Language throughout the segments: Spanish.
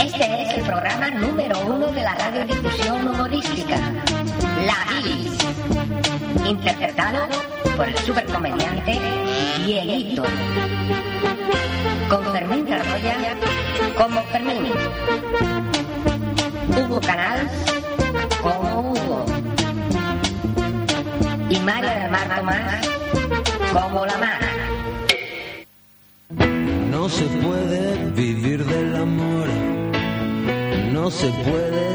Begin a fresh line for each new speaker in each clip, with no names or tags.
Este es el programa número uno de la radiodifusión humorística, La Bilis, interpretado por el supercomediante Dieguito, con Fermín Carroya como Fermín, Hugo Canals como Hugo y María del Mar Tomás como la Mara.
No se puede vivir del amor. No se puede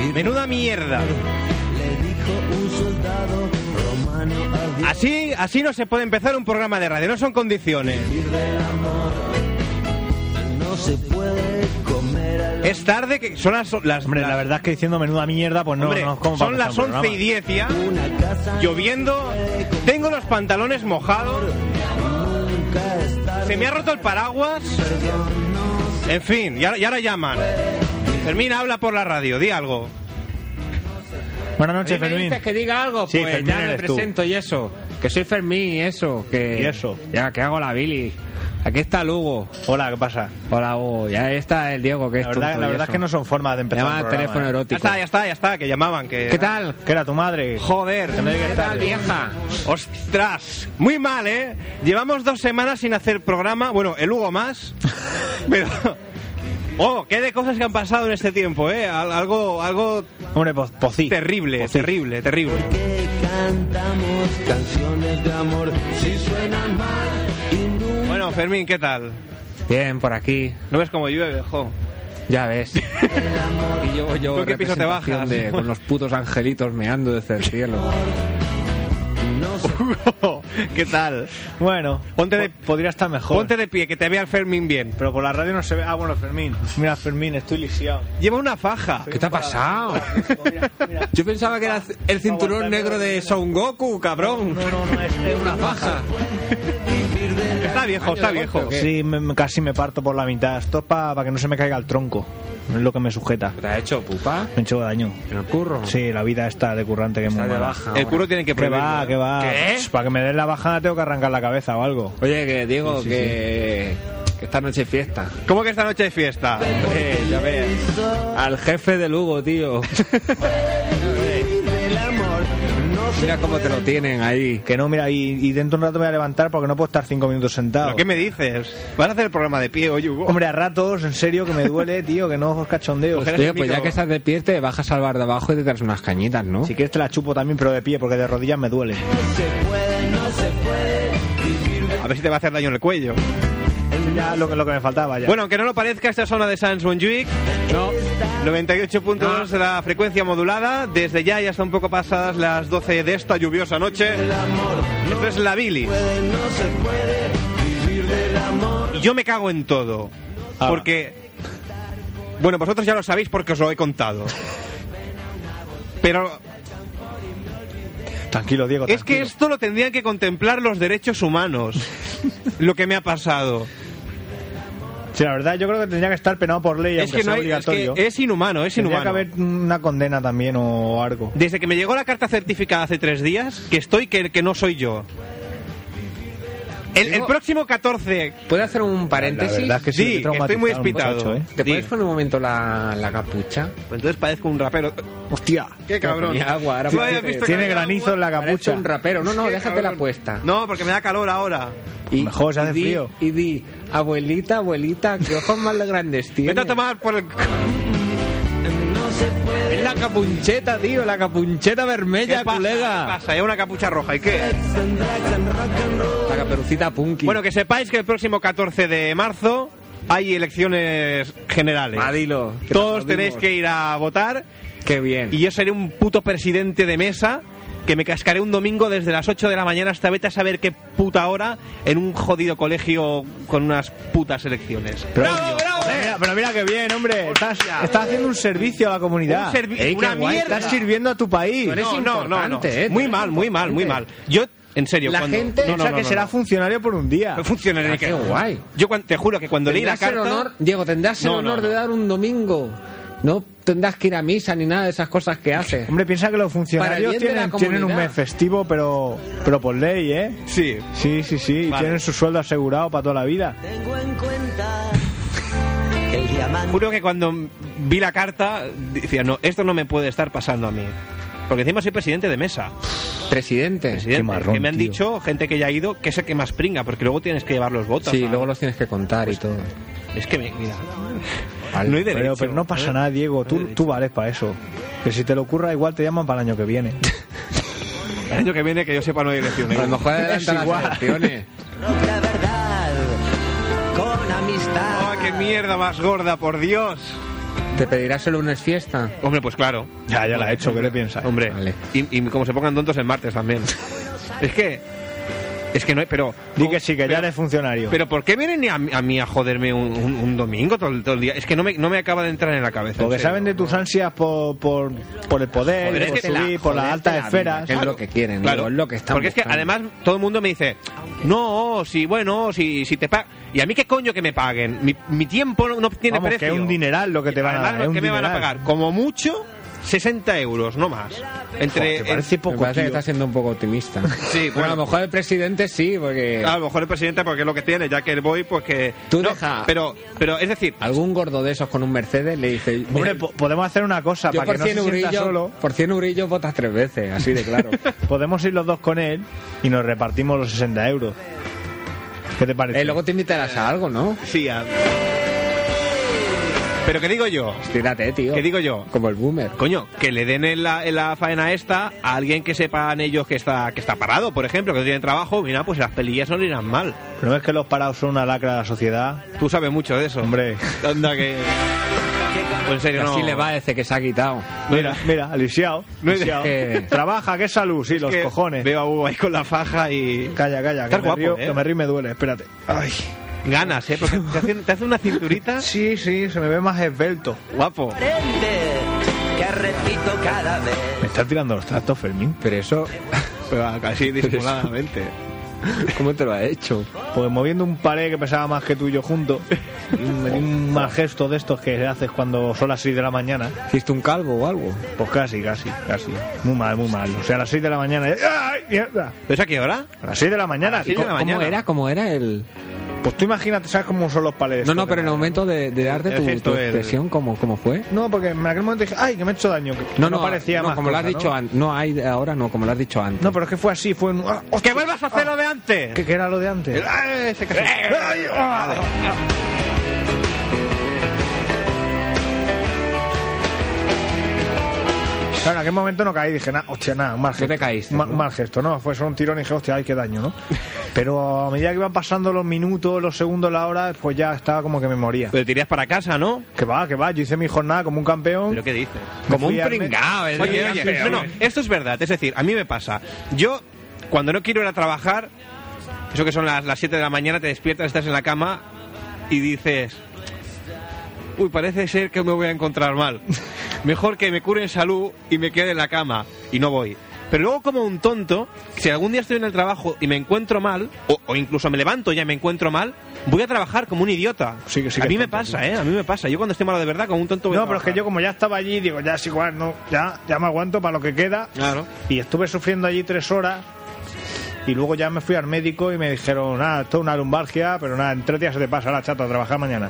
vivir.
Menuda mierda.
Le dijo un soldado romano a Dios.
Así, así no se puede empezar un programa de radio, no son condiciones.
Vivir del amor. No se puede comer al
Es tarde que son las, las
Hombre, la verdad es que diciendo menuda mierda, pues no,
Hombre,
no es como para
son
empezar
las
un
11 y
programa.
10 ya,
una casa.
lloviendo, tengo los pantalones mojados,
Nunca estar
se me ha roto el paraguas, en fin, y ahora, y ahora llaman. Fermín, habla por la radio, di algo.
Buenas
Si
noches,
me
Fermín.
dices que diga algo,
Sí,
pues
Fermín
ya me
eres tú.
presento y eso. Que soy Fermín y eso. Que,
Y eso.
Ya, que hago la Billy. Aquí está Lugo.
Hola, ¿qué pasa?
Hola, Hugo. Ya está el Diego, que es
La verdad,
tonto
la
y
verdad es
eso.
que no son formas de
Me
empezar.
llama
un
al
programa,
teléfono
¿eh?
Ya
erótico.
está, ya está, ya está, que llamaban, que...
¿Qué tal?
Que era tu madre.
Joder,
Que no digas
¿Qué tal,
tarde.
vieja?
Ostras, muy mal, ¿eh? Llevamos dos semanas sin hacer programa, bueno, el Hugo más, pero... Oh, qué de cosas que han pasado en este tiempo, ¿eh? Al- Algo, algo
Hombre, pues, po- pocí.
terrible, terrible, terrible.
que cantamos canciones de amor. Si suenan mal y nunca.
Bueno, Fermín, ¿qué tal?
Bien, por aquí.
¿No ves cómo llueve, jo?
Ya ves. y yo, yo
¿Tú qué piso te
representación
bajas?
de- con los putos angelitos meando desde el cielo.
Hugo, ¿qué tal?
Bueno, pues,
Ponte de-
po- podría estar mejor.
Ponte de pie, que te vea el Fermín bien.
Pero por la radio no se ve. Ah, bueno, Fermín. Mira, Fermín, estoy lisiado.
Lleva una faja.
¿Qué te ha pasado?
Mira, mira.
Yo pensaba que era el cinturón negro de Son Goku, cabrón.
No, no, no, es es
Una faja.
Está viejo, está viejo.
Sí, me- me- casi me parto por la mitad. Esto es para que no se me caiga el tronco. Es lo que me sujeta.
¿Te ha hecho pupa?
Me he hecho daño.
¿En el curro?
Sí, la vida está de currante que es muy
Está de
mala.
baja.
El curro tiene que
Que
prohibirlo,
va,
¿eh?
que va.
¿Qué?
Pss, Para que me den la bajada tengo que arrancar la cabeza o algo.
Oye, que Diego, que, que esta noche es fiesta.
¿Cómo que esta noche es fiesta?
Eh, ya ves. Al jefe de Lugo, tío. Mira cómo te lo tienen ahí.
Que no, mira, y, y dentro de un rato me voy a levantar porque no puedo estar cinco minutos sentado.
¿Pero ¿Qué me dices? ¿Vas a hacer el programa de pie hoy, Hugo?
Hombre, a ratos, en serio, que me duele, tío, que no os cachondeo.
Pues,
Oye, pues ya que estás de pie, te bajas al bar de abajo y te traes unas cañitas, ¿no?
Si quieres te la chupo también, pero de pie, porque de rodillas me duele.
A ver si te va a hacer daño en el cuello.
Ya lo que, lo que me faltaba ya.
Bueno, aunque no lo parezca, esta zona de Sans Montjuic,
No.
98.2 de la frecuencia modulada. Desde ya ya están un poco pasadas las 12 de esta lluviosa noche. Esto es la Billy. Y yo me cago en todo.
Ah.
Porque. Bueno, vosotros ya lo sabéis porque os lo he contado. Pero
tranquilo, Diego.
es que
Pues tranquilo.
esto lo tendrían que contemplar los derechos humanos. lo que me ha pasado.
Sí, la verdad, yo creo que tendría que estar penado por ley,
Es
aunque
que,
sea
no hay, es, que
obligatorio.
es inhumano, es
Tendría que
inhumano.
haber una condena también o algo.
Desde que me llegó la carta certificada hace tres días, que estoy que, que no soy yo. El, el próximo 14.
¿Puedo hacer un paréntesis?
verdad es que sí,
Di,
que traumatizado
estoy muy
el
espitado.
muchacho, ¿eh?
¿Te
Di.
puedes poner un momento la, la capucha?
Pues entonces parezco un rapero.
Hostia.
¡Qué cabrón!
tenía agua, ahora
¿Tú
parece-
habías visto que
Tiene
había
granizo
agua?
en la
Parece
capucha.
un rapero. No, no, déjatela puesta.
No, porque me da calor ahora.
Mejor se hace
di-
frío.
Y di, abuelita, abuelita, qué ojos más grandes tienes.
Vete a tomar por el.
Es la capuncheta, tío, la capuncheta
¿Qué pasa?
vermella,
¿Qué
colega.
pasa? Ya una capucha roja. ¿Y qué?
La caperucita punky.
Bueno, que sepáis que el próximo 14 de marzo hay elecciones generales.
Madilo. que
Todos
te lo
tenéis
dimos.
que ir a votar.
Qué bien.
Y yo seré un puto presidente de mesa que me cascaré un domingo desde las 8 de la mañana hasta vete a saber qué puta hora en un jodido colegio con unas putas elecciones.
Pero- Mira, pero mira qué bien, hombre. Estás, estás haciendo un servicio a la comunidad.
Un servi-
Ey, qué
una
guay,
mierda.
Estás sirviendo a tu país.
Tú eres
No, no, no, no.
importante, eh,
Muy
tú eres
mal, muy mal, muy mal.
importante.
Yo, en serio,
La
cuando...
gente
no, no,
Piensa
no,
que
no,
será
no.
funcionario por un día.
No funcionaría
Ah, qué
que-
guay.
Yo cuan- te juro que cuando leí la
Tendrás el
carta...
honor, Diego, tendrás el
No, no,
honor de
no.
dar un domingo. No tendrás que ir a misa ni nada de esas cosas que haces.
Hombre, piensa que los
Para
funcionarios
el bien de la
tienen, tienen un
comunidad.
mes festivo, pero, pero por ley, ¿eh?
Sí.
Sí, sí, sí. y
Vale.
Tienen su sueldo asegurado para toda la vida.
Tengo en cuenta el
Juro que cuando vi la carta decía, no, esto no me puede estar pasando a mí. Porque encima soy presidente de mesa.
Presidente.
Presidente,
marrón,
que me han
tío.
dicho, gente que ya ha ido, que es el que más pringa, porque luego tienes que llevar los votos.
Sí,
¿no?
luego los tienes que contar y
Pues,
todo.
Es que, me- mira,
Vale.
no hay derecho. Eh.
Pero, pero no pasa nada, Diego. Tú, tú vales para eso. Que si te lo ocurra, igual te llaman para el año que viene.
El año que viene, que yo sepa, no hay elecciones.
A lo mejor adelantan las
igual.
elecciones.
La verdad, con amistad.
¡Oh, qué mierda más gorda, por Dios!
Te pedirás el lunes fiesta.
Hombre, pues claro.
Ya, ya la he hecho. ¿Qué le piensas?
Hombre,
Vale.
y, y como se pongan tontos el martes también. es que. Es que no hay. Pero.
Di que sí, que ya
pero-
eres funcionario.
Pero ¿por qué vienen a, mí- a mí a joderme un, un- un domingo todo, el- todo el día? Es que no me, no me acaba de entrar en la cabeza.
Porque
en serio.
saben de tus ansias por, por, por el poder,
Joder, es
por
que la-
subir, por las
joderte
altas
la vida,
esferas.
que es lo que quieren, digo, es lo que están
Porque es que
buscando.
además todo el mundo me dice, no, si bueno, si, si te pagan. ¿Y a mí qué coño que me paguen? Mi, mi tiempo no, no tiene
Vamos, que
precio.
es un dineral lo que te van a
Además,
dar, es un
¿qué me van a
dineral.
pagar? Como mucho, 60 euros, no más. Entre,
Joder, te parece
en-
Me
poco,
parece que
tío.
estás siendo un poco optimista.
Sí,
bueno,
bueno. Ah.
a lo mejor el presidente sí, porque
a lo mejor el presidente porque es lo que tiene, ya que el voy pues que...
Tú
No,
deja-
Pero, pero es decir,
algún gordo de esos con un Mercedes le dice...
Hombre,
"Mira,
pues,
po- podemos hacer una cosa,
yo
para que
por
no se
100
sienta
eurillos-
solo,
por 100 eurillos votas tres veces, así de claro.
podemos ir los dos con él y nos repartimos los 60 euros. ¿Qué te parece?
Eh, luego te invitarás a algo, ¿no?
sí, a- Pero ¿qué digo yo?
Tírate, tío.
¿Qué digo yo?
Como el boomer.
Coño, que le den en la, en la faena esta a alguien que sepan ellos que está, que está parado, por ejemplo, que no tiene trabajo, mira, pues las pelillas no le irán mal.
¿No es que los parados son una lacra de la sociedad?
Tú sabes mucho de eso.
Hombre.
Anda que... Pues en serio, no...
Así le va desde que se ha quitado.
Mira, mira, alisiado.
No es
lisiado.
que-
Trabaja, qué salud, sí, los
que
cojones.
Veo a Hugo ahí con la faja y...
Calla, calla, que
Estás
me,
guapo,
río,
¿eh?
que me río y me duele, espérate. Ay.
Ganas, ¿eh? Porque te hace, te hace una cinturita...
Sí, sí, se me ve más esbelto.
Guapo.
Que repito cada vez.
Me está tirando los trastos, Fermín.
Pero eso,
Pero va, casi disimuladamente.
¿cómo te lo ha hecho?
Pues moviendo un paré que pesaba más que tú y yo juntos. Y un, un mal gesto de estos que haces cuando son las 6 de la mañana.
¿Hiciste un calvo o algo?
Pues casi, casi, casi. Muy mal, muy mal. O sea, a las 6 de la mañana. ¡Ay, mierda!
¿Pero es a qué hora?
A las 6 de la mañana.
Sí, de
tío.
la
¿Cómo
mañana.
era? ¿Cómo era el...?
Pues tú imagínate, ¿sabes cómo son los palés?
No, no, pero en el momento de, de darte
El
tu,
gesto
tu
del-
expresión, ¿cómo, ¿cómo fue?
No, porque en aquel momento dije, ¡ay, que me he hecho daño! que- que
No, no,
parecía
no,
más.
como lo has
cosa,
dicho
¿no?
antes. No hay ahora, no, como lo has dicho antes.
No, pero es que fue así, fue un. ¡Ah,
¡Que
hostia!
vuelvas a hacer lo de antes!
¿Qué, qué era lo de antes?
¡Ah, ese casi-
¡Ay, ah! Claro, en aquel momento no caí, dije, nada, hostia, nada, un mal gesto.
te caíste,
Ma-
¿no?
mal gesto, no, fue solo un tirón y dije, hostia, ay, qué daño, ¿no? Pero a medida que iban pasando los minutos, los segundos, la hora, pues ya estaba como que me moría.
Pero te irías para casa, ¿no?
Que va, que va, yo hice mi jornada como un campeón.
¿Pero qué dices?
Como un
pringao, el
Oye,
día
oye,
anterior.
no, no, esto es verdad. Es decir, a mí me pasa. Yo, cuando no quiero ir a trabajar, eso que son las, las 7 de la mañana, te despiertas, estás en la cama y dices... Uy, parece ser que me voy a encontrar mal. Mejor que me cure en salud y me quede en la cama. Y no voy. Pero luego, como un tonto, si algún día estoy en el trabajo y me encuentro mal, o, o incluso me levanto y ya me encuentro mal, voy a trabajar como un idiota.
Sí que- sí
a
que
mí
es
me
tonto,
pasa, ¿eh? A mí me pasa. Yo cuando estoy malo de verdad, como un tonto voy a
No, pero es que
trabajar.
yo como ya estaba allí, digo, ya es igual, no, ya, ya me aguanto para lo que queda.
Claro.
Y estuve sufriendo allí tres horas. Y luego ya me fui al médico y me dijeron, nada, esto es una lumbalgia, pero nada, en tres días se te pasa, la chata, a trabajar mañana.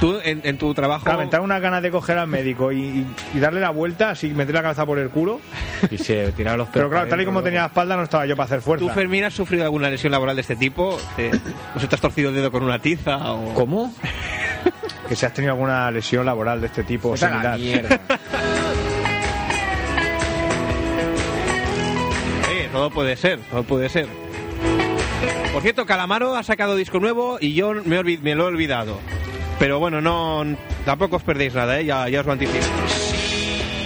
Tú en, en tu trabajo.
Claro, me entraron unas ganas de coger al médico y, y- y darle la vuelta, así meter la cabeza por el culo.
Y se tiraron los
Pero claro, tal y como tenía la espalda, no estaba yo para hacer fuerza.
¿Tú, Fermín, has sufrido alguna lesión laboral de este tipo? ¿Te, ¿O se te has torcido el dedo con una tiza? O...
¿Cómo?
Que si has tenido alguna lesión laboral de este tipo,
Pues
Vete a la
similar.
mierda.
Eh, todo puede ser, todo puede ser. Por cierto, Calamaro ha sacado disco nuevo y yo me, he olvi- me lo he olvidado. Pero bueno, no tampoco os perdéis nada, ¿eh? ya, ya os lo anticipo.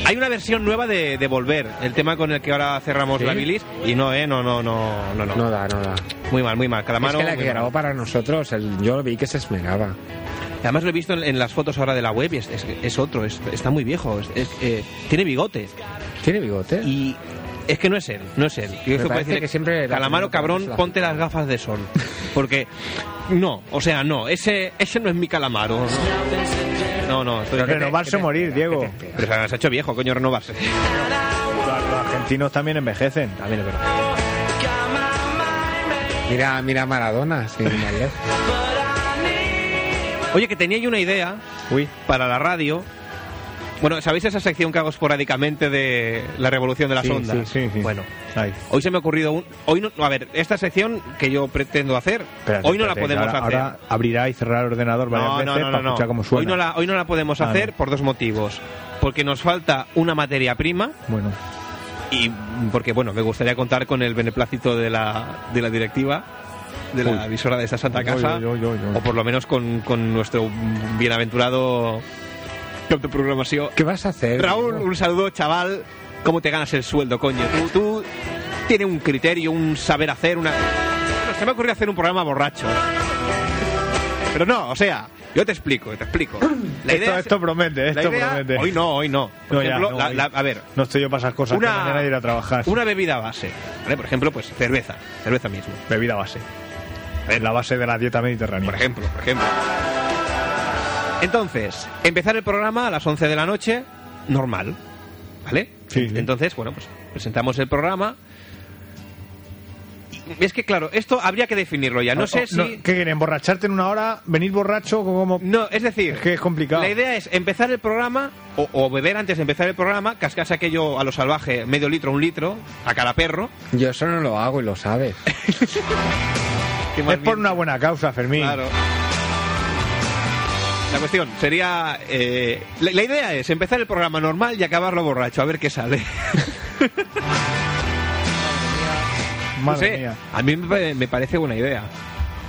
Hay una versión nueva de, de Volver, el tema con el que ahora cerramos
¿Sí?
la bilis. Y no, eh, no, no, no, no, no.
No da, no da.
Muy mal, muy mal. Calamaro.
es que la
muy
que
mal.
grabó para nosotros, el, yo lo vi que se esmeraba.
Además lo he visto en, en las fotos ahora de la web y es, es- es otro, es- está muy viejo, es- es, eh, tiene bigote
¿Tiene bigote?
y es que no es él, no es él. Y eso puede
parece
decir,
que siempre la
Calamaro
primera
cabrón,
vez la-
ponte las gafas de sol, porque no, o sea no, ese ese no es mi Calamaro. No, no, estoy... pero,
Renovarse o morir, Diego.
se- se ha hecho viejo, coño, renovarse.
Los, los argentinos también envejecen.
También es verdad. Mira, mira Maradona, sin más lejos.
Oye, que tenía yo una idea
Uy.
para la radio. Bueno, ¿sabéis esa sección que hago esporádicamente de la revolución de las
Sí,
ondas?
sí, sí, sí.
Bueno,
Ahí.
hoy se me ha ocurrido un... Hoy no... A ver, esta sección que yo pretendo hacer,
Espérate,
hoy no la
espérate,
podemos
ahora-
hacer.
Ahora abrirá y cerrará el ordenador varias
No,
veces
no, no,
para
no, no.
escuchar cómo suena.
Hoy no la, hoy no la podemos
Ah,
hacer
no.
por dos motivos. Porque nos falta una materia prima
Bueno,
y porque, bueno, me gustaría contar con el beneplácito de la, de la directiva, de la visora de esta Santa
Uy,
Casa,
uy, uy, uy, uy.
o por lo menos con, con nuestro bienaventurado cap de programación.
¿Qué vas a hacer?
Raúl,
Diego?
un saludo, chaval. ¿Cómo te ganas el sueldo, coño? Tú, tú tienes un criterio, un saber hacer, una... Bueno, se me ocurrió hacer un programa borracho. Pero no, o sea, yo te explico, te explico. La
esto,
idea es-
esto promete,
la
esto
idea-
promete.
Hoy no, hoy no. Por
No, ya,
ejemplo,
no,
la-
hoy.
la- a ver,
No estoy yo para esas cosas, que
una,
mañana ir a trabajar.
una bebida base. ¿vale? Por ejemplo, pues cerveza, cerveza mismo.
bebida base. Es la base de la dieta mediterránea.
Por ejemplo, por ejemplo. Entonces, empezar el programa a las 11 de la noche, normal. ¿Vale?
Sí, sí.
Entonces, bueno, pues presentamos el programa. Y Es que, claro, esto habría que definirlo ya. No
O-
sé
o-
si. Mm,
¿Qué quieren? ¿Emborracharte en una hora? ¿Venir borracho? como
No, es decir,
Es que es complicado.
la idea es empezar el programa o, o beber antes de empezar el programa, cascarse aquello a lo salvaje, medio litro, un litro, a cada perro.
Yo eso no lo hago y lo sabes.
que más
Es por
bien-
una buena causa, Fermín.
Claro. La cuestión sería. eh, la, la idea es empezar el programa normal y acabarlo borracho, a ver qué sale. No
Madre
sé,
mía.
A mí me, pa- me parece buena idea.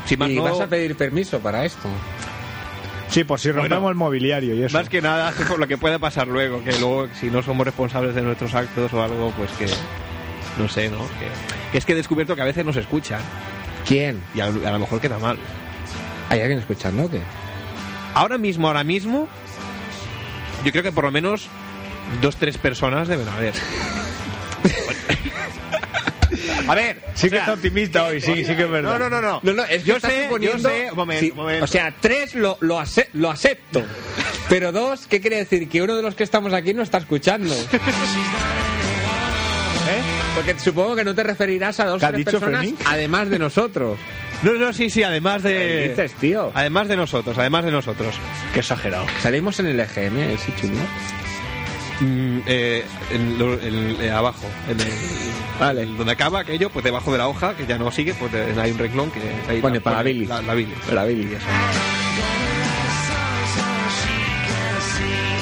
Si más,
¿Y
no,
vas a pedir permiso para esto?
Sí, por si
Bueno.
rompemos el mobiliario y eso.
más que nada por lo que pueda pasar luego, que luego si no somos responsables de nuestros actos o algo, pues que. No sé, ¿no? Que, que es que he descubierto que a veces nos escuchan
¿Quién?
y a, a lo mejor queda mal.
¿Hay alguien escuchándote?
Ahora mismo, ahora mismo, yo creo que por lo menos dos, tres personas deben haber. A ver,
Sí
o
que
sea,
está optimista hoy, sí, sí que es verdad.
no, no, no, no.
No, no, es que
yo
estás
sé,
suponiendo-
yo sé, un momento,
Sí,
un momento.
O sea, tres lo, lo, ace- lo acepto. Pero dos, ¿qué quiere decir? Que uno de los que estamos aquí no está escuchando.
¿Eh?
Porque supongo que no te referirás a dos
¿Qué ha
tres
dicho
personas
Fermín?
además de nosotros.
no, no, sí, sí, además de
¿Qué dices, tío?
Además de nosotros, además de nosotros.
Qué exagerado.
Salimos en el EGM, ¿eh? sí, chulo.
Mm, eh, en lo- en- eh, abajo, en el,
Vale.
donde acaba aquello, pues debajo de la hoja, que ya no sigue, pues eh, hay un renglón que ahí
Pone
la-
para
pone
Billy.
La, la Billy.
La Billy.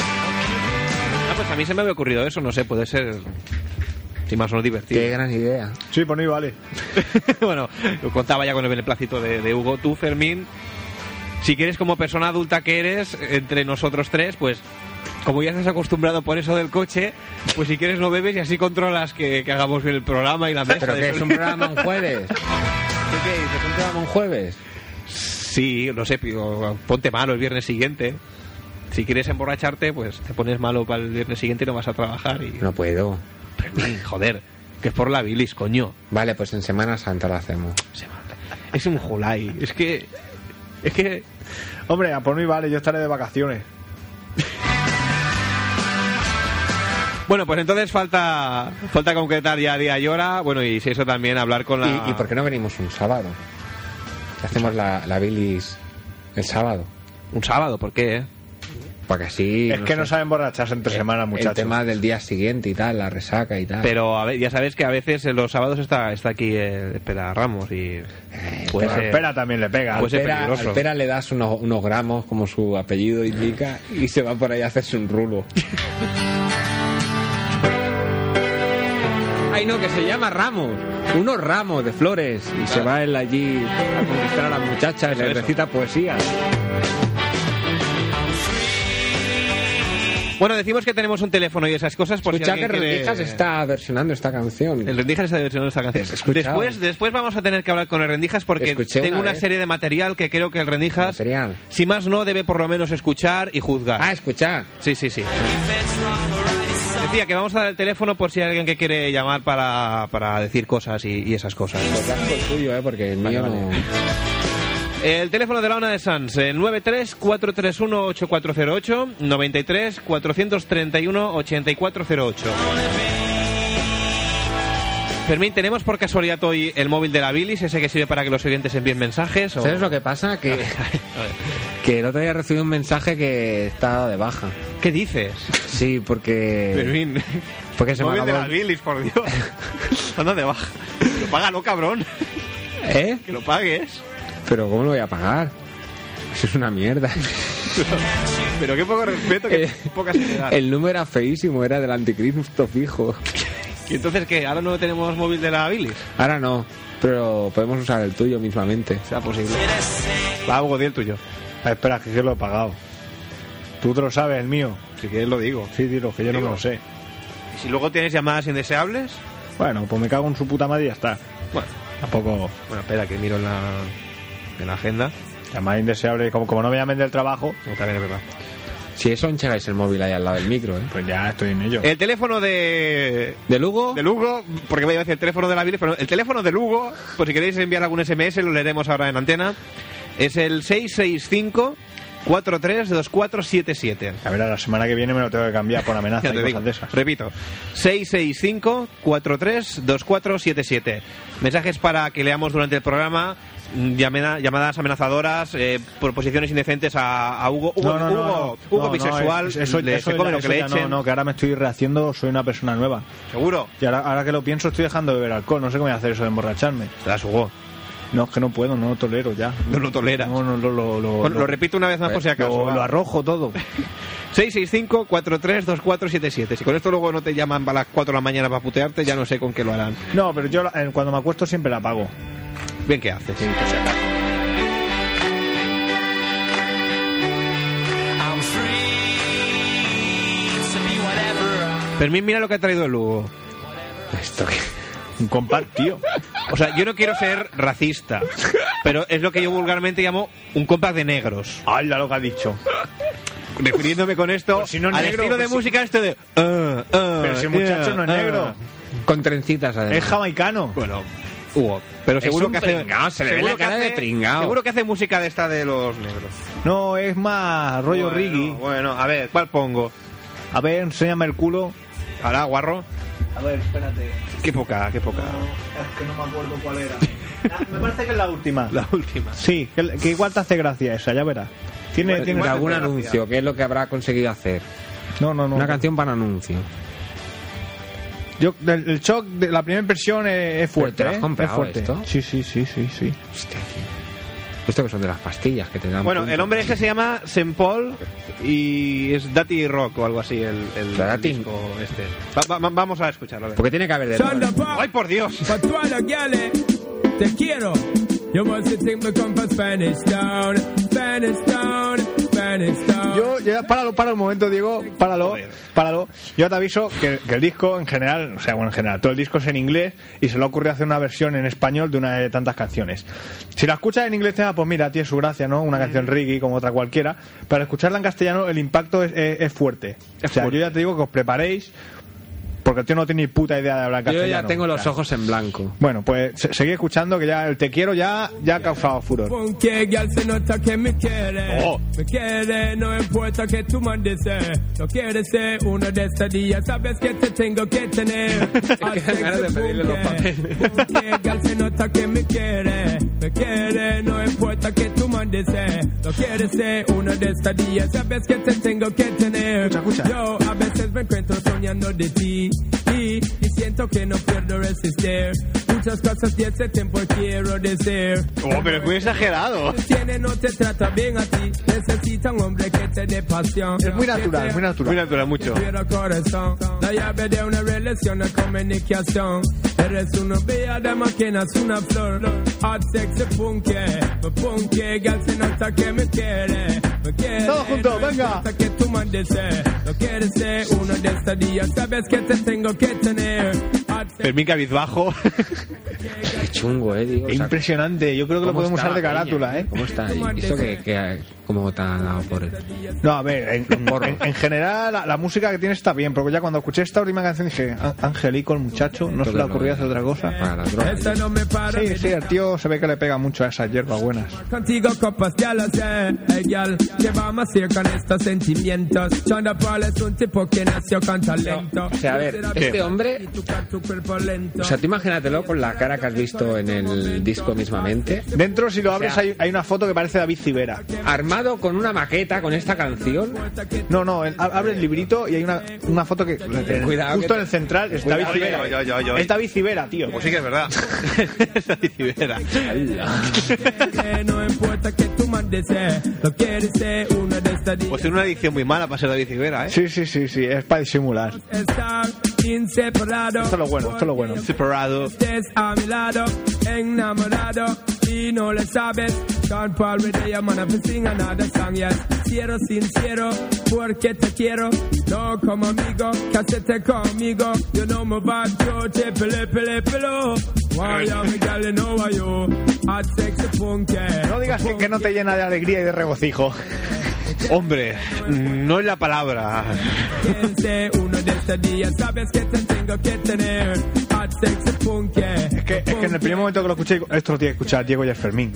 Ah, pues a mí se me había ocurrido eso, no sé, puede ser. Si más o menos divertido.
Qué gran idea.
Sí, por mí vale.
bueno, lo contaba ya con el beneplácito de, de Hugo. Tú, Fermín, si quieres, como persona adulta que eres, entre nosotros tres, pues como ya estás acostumbrado por eso del coche, pues si quieres no bebes y así controlas que, que hagamos bien el programa y la mesa.
¿Pero
de
que es un
sonido.
programa un jueves? ¿Qué, qué? ¿Es un programa un jueves?
Sí, no sé, pío, ponte malo el viernes siguiente. Si quieres emborracharte, pues te pones malo para el viernes siguiente y no vas a trabajar. Y...
No puedo.
Fermín, joder, que es por la bilis, coño.
Vale, pues en Semana Santa lo hacemos.
Se mata. Es un julai. Es que... Es que...
Hombre, a por mí vale, yo estaré de vacaciones.
Bueno, pues entonces falta falta concretar ya día y hora. Bueno, y si eso también hablar con la.
¿Y, y por qué no venimos un sábado? Hacemos la, la bilis el sábado.
Un sábado, ¿por qué? eh?
Porque así.
es que no
sé,
saben borracharse entre semanas,
El
muchachos.
tema del día siguiente y tal, la resaca y tal.
Pero a ver, ya sabes que a veces eh, los sábados está está aquí eh, Espera Ramos y
Eh,
puede
Pero
ser-
espera también le pega.
Pues- es
Pera-
peligroso.
al Pera le das unos, unos gramos, como su apellido indica, y se va por ahí a hacerse un rulo. Ay, no, que se llama Ramos. Unos ramos de flores. Y se va él allí a conquistar a las muchachas, le
Eso.
recita poesía.
Bueno, decimos que tenemos un teléfono y esas cosas. Por si
Escucha que
alguien quiere-
Rendijas está versionando esta canción.
El Rendijas está versionando esta canción.
Escuchado.
Después, después vamos a tener que hablar con el Rendijas porque
Escuché
tengo
una
una
vez.
serie de material que creo que el Rendijas,
Material.
si más no, debe por lo menos escuchar y juzgar.
Ah, escucha.
Sí, sí, sí. Decía que vamos a dar el teléfono por si hay alguien que quiere llamar para, para decir cosas y, y esas cosas.
Pues casco el tuyo, ¿eh? Porque el mío no...
El teléfono de la ONA de Sans, eh, el 93-431-8408, 93-431-8408. Fermín, ¿tenemos por casualidad hoy el móvil de la bilis, ese que sirve para que los oyentes envíen mensajes? o-
¿Sabes lo que pasa? Que, que el otro día recibí un mensaje que estaba de baja.
¿Qué dices?
Sí, porque.
Fermín,
Porque se me
móvil de la
acabó. el-
bilis, por Dios. Anda de baja. Pero Págalo, cabrón.
¿Eh?
Que lo pagues.
Pero ¿cómo lo voy a pagar? Eso es una mierda.
Pero qué poco respeto, que poca seriedad.
Eh, El número era feísimo, era del anticristo fijo.
¿Y entonces qué? ¿Ahora no tenemos móvil de la bilis?
Ahora no, pero podemos usar el tuyo mismamente.
Sea posible. Va, Hugo, di el tuyo.
Ah, espera, que yo lo he pagado. Tú te lo sabes, el mío.
Si quieres lo digo.
Sí, dilo, que yo no
Digo.
me lo sé.
¿Y si luego tienes llamadas indeseables?
Bueno, pues me cago en su puta madre y ya está.
Bueno,
Tampoco
bueno espera, que miro en la, en la agenda.
llamada indeseable. Como, como no me llamen del trabajo,
No, también es verdad.
Si eso, enchegáis el móvil ahí al lado del micro, ¿eh?
pues ya estoy en ello.
El teléfono de...
¿De Lugo?
De Lugo, porque me iba a decir el teléfono de la Bilis, pero no, el teléfono de Lugo, por si queréis enviar algún SMS, lo leeremos ahora en antena, es el 665 432477.
A ver, a la semana que viene me lo tengo que cambiar por amenaza
Ya
y
te
cosas
digo,
de esas.
repito, 665-432477. Mensajes para que leamos durante el programa, mm, llamena- llamadas amenazadoras, eh, proposiciones indecentes a, a Hugo. Hugo, Hugo, Hugo
no, no,
bisexual,
es- eso-
le-
eso
se come
ya-
lo que
eso
le
ya
echen.
No, no, que ahora me estoy rehaciendo, soy una persona nueva.
Seguro.
Y ahora, ahora que lo pienso, estoy dejando de beber alcohol. No sé cómo voy a hacer eso de emborracharme.
Te das, Hugo.
No, es que no puedo, no lo tolero ya.
No lo toleras.
No, no, lo, lo, lo,
Bueno,
lo-
lo repito una vez más por si acaso.
lo,
va.
lo arrojo todo.
665-432477. Si con esto luego no te llaman a las 4 de la mañana para putearte, ya no sé con qué lo harán.
No, pero yo la- eh, cuando me acuesto siempre la apago.
Bien, ¿qué haces? Fermín, mira lo que ha traído el Lugo.
Esto que...
Un compás, tío.
O sea, yo no quiero ser racista, pero es lo que yo vulgarmente llamo un compás de negros.
¡Hala lo que ha dicho!
Refiriéndome con esto
Pues si no es
al
negro,
estilo
pues
de
si-
música este de... "Ah, ah,
Pero ese muchacho
yeah,
no es
ah".
negro.
Con trencitas, además.
Es jamaicano.
Bueno, Hugo, pero
Es
seguro
un
que hace...
pringao, se le ve
seguro
la
que
cara de
hace-
pringao.
Seguro que hace música de esta de los negros.
No, es más rollo
Bueno,
Riggy.
Bueno, a ver, ¿cuál pongo?
A ver, enséñame el culo.
¿Ahora, guarro?
A ver, espérate.
Qué poca, qué poca.
Ah, Es que no me acuerdo cuál era. Ah, me parece que es la última.
La última.
Sí, que, que igual te hace gracia esa, ya verás. Tiene,
Bueno,
tiene
igual-
De algún
gracia.
anuncio, que es lo que habrá conseguido hacer.
No, no, no.
Una canción para anuncio.
Yo, el, el shock de la primera impresión es, es
¿Te
fuerte.
lo has
¿eh?
comprado
es fuerte.
esto?
Sí, sí, sí, sí, sí.
Hostia, tío. Esto que son de las pastillas que te dan.
Bueno,
punto.
el hombre este se llama Saint Paul y es Dati Rock o algo así, el, el
Claro, Dati.
disco este. Va- va- vamos a escucharlo. a ver.
Porque tiene que haber de
Son
todo.
the pop.
¡Ay, por Dios!
Pa' todas las gales, te quiero. Yo must think me come from Spanish Town, Spanish Town, Spanish Town.
Yo, ya, páralo, páralo un momento, Diego, páralo,
Joder.
páralo. Yo te aviso que, que el disco en general, o sea, bueno, en general, todo el disco es en inglés y se le ocurrió hacer una versión en español de una de tantas canciones. Si la escuchas en inglés, te da, pues mira, tiene su gracia, ¿no? Una canción reggae como otra cualquiera, pero escucharla en castellano el impacto es, es- es fuerte.
Es
o sea,
fuerte.
yo ya te digo que os preparéis porque el tío no tiene ni puta idea de hablar
Yo
castellano.
ya tengo
O
los
sea,
ojos en blanco.
Bueno, pues se- seguí escuchando que ya el te quiero ya, ya ha causado furor.
Ponque, girl, se nota que me quiere.
Oh.
Me quiere, no importa que tú mandes. eh. No quieres ser uno de estos días, sabes que te tengo que tener. Hace
ganas
que
de pedirle los
ponque, ponque, girl, se nota que me quiere. Me quiere, no importa que tú mandes. eh. No quieres ser uno de estos días, sabes que te tengo que tener.
Escucha, escucha.
Yo a veces me encuentro soñando de ti y, y siento que no pierdo resistir. Muchas cosas de ese tiempo quiero decir.
Oh, pero es muy exagerado.
Tiene, no te trata bien a ti. Necesita un hombre que te dé pasión.
Es muy natural, muy
Muy
natural.
natural, mucho.
Quiero corazón. La llave de una relación de comunicación. Eres una bella de máquinas, una flor. Hot sexy punky, me punky, girl se nota que me quiere. Me quiere.
Todos juntos,
no
venga.
importa Que tú mandes, eh. no quieres ser uno de estos días. Sabes que te tengo que tener. Hot sexy
Fermín Cabizbajo.
Qué chungo, eh, digo. o sea,
Impresionante, yo creo que lo
¿cómo
podemos
está
usar de
la peña?
carátula, ¿eh?
¿Cómo está? ahí? ¿Eso que, que- cómo te ha dado por él?
No, a ver, en, en-
Porro.
en- en general la, la música que tiene está bien, porque ya cuando escuché esta última canción dije, "An- Angelico, el muchacho, no se le ocurría hacer otra cosa.
Para las drogas.
Esa no me para.
Sí,
me
sí, el tío se ve que le pega mucho a esas hierbas buenas.
Contigo copas ya lo sé, Ey, girl, ¿qué vamos a hacer con estos sentimientos? Chanda Paul es un tipo que nació con talento.
eh.
O sea, a ver,
¿Qué?
este hombre
tiempo lento.
O sea, tú imagínatelo con la cara que has visto en el disco mismamente.
Dentro, si lo abres,
sea-
hay, hay una foto que parece David Civera.
Armado con una maqueta con esta canción.
No, no, el- ab- abre el librito y hay una, una foto que el-
Cuidado
justo
que-
en el central es David
Cuidado,
Civera.
oye, oye, oye, oye.
Es David Civera, tío.
Pues sí que es verdad. Esa Civera.
Que no importa que tú mandes, eh, lo quieres ser uno de estos días.
Pues tiene una adicción muy mala para ser David Civera, ¿eh?
Sí, sí, sí, sí, es para disimular. Esto
Estar inseparado.
es lo bueno, esto es lo bueno.
Separado.
Estés a mi lado, enamorado y no le sabes. Can't fall with the man if you sing another song, yes. Quiero sincero, porque te quiero. No como amigo, casete conmigo. You know my vibe, yo te pele, pele, pelo. Why you me girl, you know why you. Hot sexy funky.
No digas que, que no te llena de alegría y de regocijo.
Hombre, no es la palabra.
Quédense este uno de estos días, sabes que te tengo que tener. Hot sexy funky.
Es que, es que en el primer momento que lo escuché, digo, esto lo tiene que escuchar Diego y el Fermín.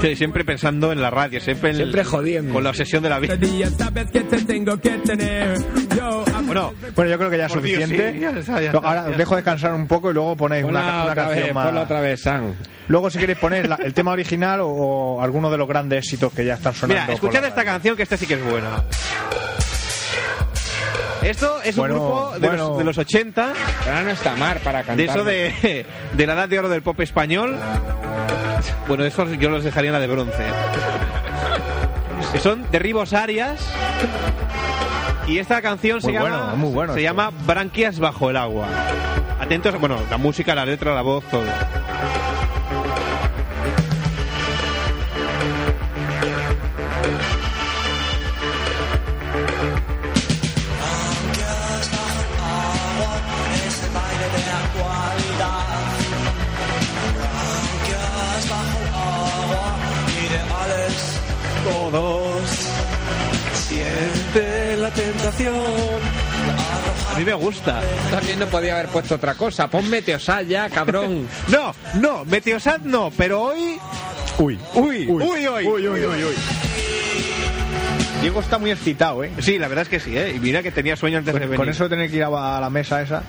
Sí, siempre pensando en la radio, siempre en el-
Siempre jodiendo.
Con la obsesión de la vida.
Este día sabes que te tengo que tener. Yo, I'm
Bueno,
Bueno, yo creo que ya es
Por Dios,
suficiente.
sí, ya está, ya
No,
está,
Ahora
ya
os dejo descansar un poco y luego ponéis una,
Ponla
una
otra
canción
vez,
más.
ponla otra vez, Sam.
Luego, si queréis, poner la- el tema original o, o alguno de los grandes éxitos que ya están sonando.
mira,
por
escuchad
la
esta
radio.
canción que esta sí que es buena. Esto es
Bueno,
un grupo de,
bueno.
los, de los 80,
Ahora no está mar para cantar.
de eso de, de la edad de oro del pop español. Bueno, eso yo los dejaría en la de bronce. Que Son Derribos Arias. Y esta canción se
Muy bueno,
llama
muy bueno
se
esto.
llama Branquias bajo el agua. Atentos, bueno, la música, la letra, la voz, todo. A mí me gusta.
También no podía haber puesto otra cosa. Pon Meteosal ya, cabrón.
No, no, Meteosat no, pero hoy.
Uy.
Uy, uy, uy.
Uy, uy, uy, uy. Diego está muy excitado, ¿eh?
Sí, la verdad es que sí, ¿eh? Y mira que tenía sueño antes de
Con,
venir.
con eso de tener que ir a, a la mesa esa.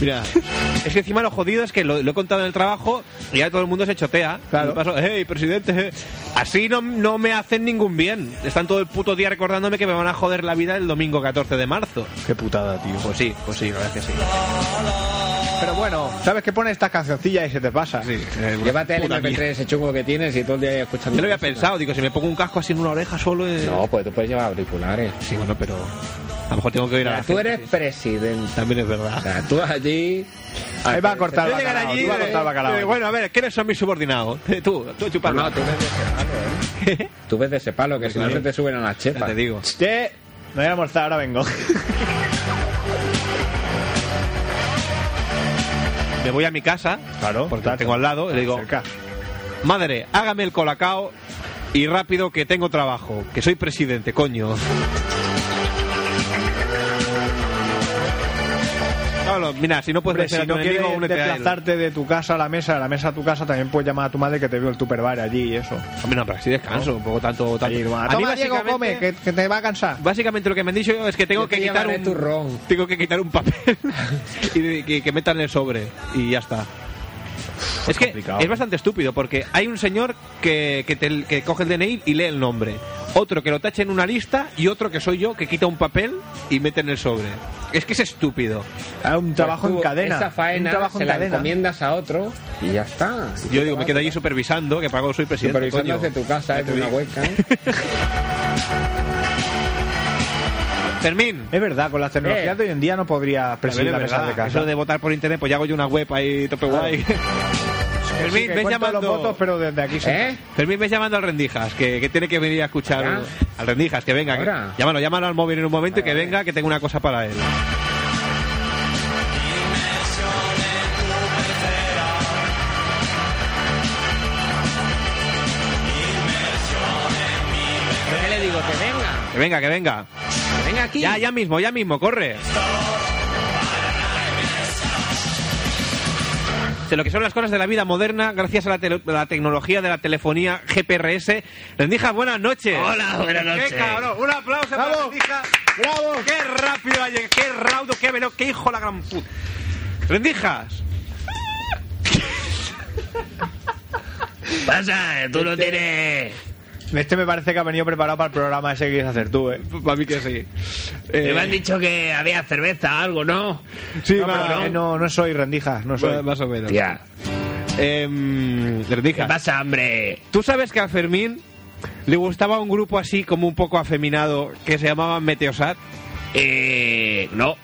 Mira, es que encima lo jodido es que lo, lo he contado en el trabajo y ya todo el mundo se chotea.
Claro.
Y paso, hey, presidente, eh". así no, no me hacen ningún bien. Están todo el puto día recordándome que me van a joder la vida el domingo 14 de marzo.
Qué putada, tío.
Pues sí, pues sí, la verdad es que sí.
Pero bueno, ¿sabes que pone estas cancioncillas y se te pasa?
Sí, eh, una
Llévate el
puta
MP3
mierda.
ese chungo que tienes y todo el día ahí
Yo
escuchando.
lo había
música.
pensado, digo, si me pongo un casco así en una oreja solo. eh,
No, pues tú puedes llevar auriculares.
Sí, bueno, pero a lo mejor tengo que oír a la
Tú
gente.
eres presidente.
También es
O
verdad.
sea, tú allí.
Ahí va a cortar el
Yo llegar
bacalao.
allí,
tú vas a cortar el
eh,
bacalao.
eh, bueno, a ver, ¿quiénes son mis subordinados? Eh, Tú, tú
No,
chupar.
no, tú ves de ese palo, ¿eh? Tú ves de ese palo, que si no
Claro.
se te suben a la
Pues Ya
chepa.
te digo.
Che, me voy a almorzar, ahora vengo.
Me voy a mi casa,
Claro,
porque la
claro.
tengo al lado, y le digo, "Pues
Cerca.
madre, hágame el colacao y rápido que tengo trabajo, que soy presidente, coño. Claro, mira, si no puedes
Hombre,
vencer
si
a tu
no quieres
enemigo, únete a él.
desplazarte de tu casa a la mesa, de la mesa a tu casa, también puedes llamar a tu madre que te veo el tupperware allí y eso.
Hombre, no, pero así descanso, un poco tanto... tanto.
Ahí, toma,
A mí
Diego,
básicamente-
come, que, que te va a cansar.
Básicamente lo que me han dicho es que tengo
Yo te
que quitar
llevaré
un
turrón.
tengo que quitar un papel y de- que, que metan el sobre y ya está. Es que
complicado.
es bastante estúpido porque hay un señor que, que, te- que coge el DNI y lee el nombre, otro que lo tacha en una lista y otro que soy yo que quita un papel y mete en el sobre. Es que es estúpido.
Ah, un trabajo
Pues tú
en cadena.
Esa
un
faena
trabajo
se
en
la
cadena.
encomiendas a otro y ya está.
Yo digo, me quedo allí supervisando, que pago soy presidente.
Supervisando
coño.
desde tu casa,
Ya
es
te
una
digo.
hueca. ¿eh?
Fermín,
Es verdad, con las tecnologías
Eh.
de hoy en día no podría
También
presidir la
es
mesa
verdad,
de casa.
Eso de votar por internet, pues ya hago yo una web ahí tope guay.
Sí,
Fermín,
que
ves
cuento
llamando.
los votos, pero desde aquí sí.
¿Eh?
Fermín, ves llamando al Rendijas, que, que tiene que venir a escuchar
Ahora.
al Rendijas, que venga. que-
Ahora.
llámalo, llámalo al móvil en un momento y que venga, que tengo una cosa para él.
Yo que le digo que venga,
Que venga, que venga.
que venga aquí.
Ya, ya mismo, ya mismo, corre. De lo que son las cosas de la vida moderna, gracias a la, tele- la tecnología de la telefonía GPRS. Rendijas, buenas noches.
Hola, buenas noches.
¡Qué cabrón! Un aplauso para
¡Bravo!
Rendijas.
¡Bravo!
¡Qué rápido ha llegado! ¡Qué raudo! ¡Qué veloz! ¡Qué hijo de la gran puta! ¡Rendijas!
Pasa, tú no tienes.
Este me parece que ha venido preparado para el programa ese que quieres hacer tú, ¿eh?
Para mí que sí.
Me
Eh,
han dicho que había cerveza, algo, ¿no?
Sí,
No,
va, eh,
pero
no,
no.
no, soy rendijas, no soy.
más- más o menos.
Tía,
Em,
¿qué
rendijas.
pasa, hombre?
Tú sabes que a Fermín le gustaba un grupo así como un poco afeminado que se llamaba Meteosat.
Eh, no.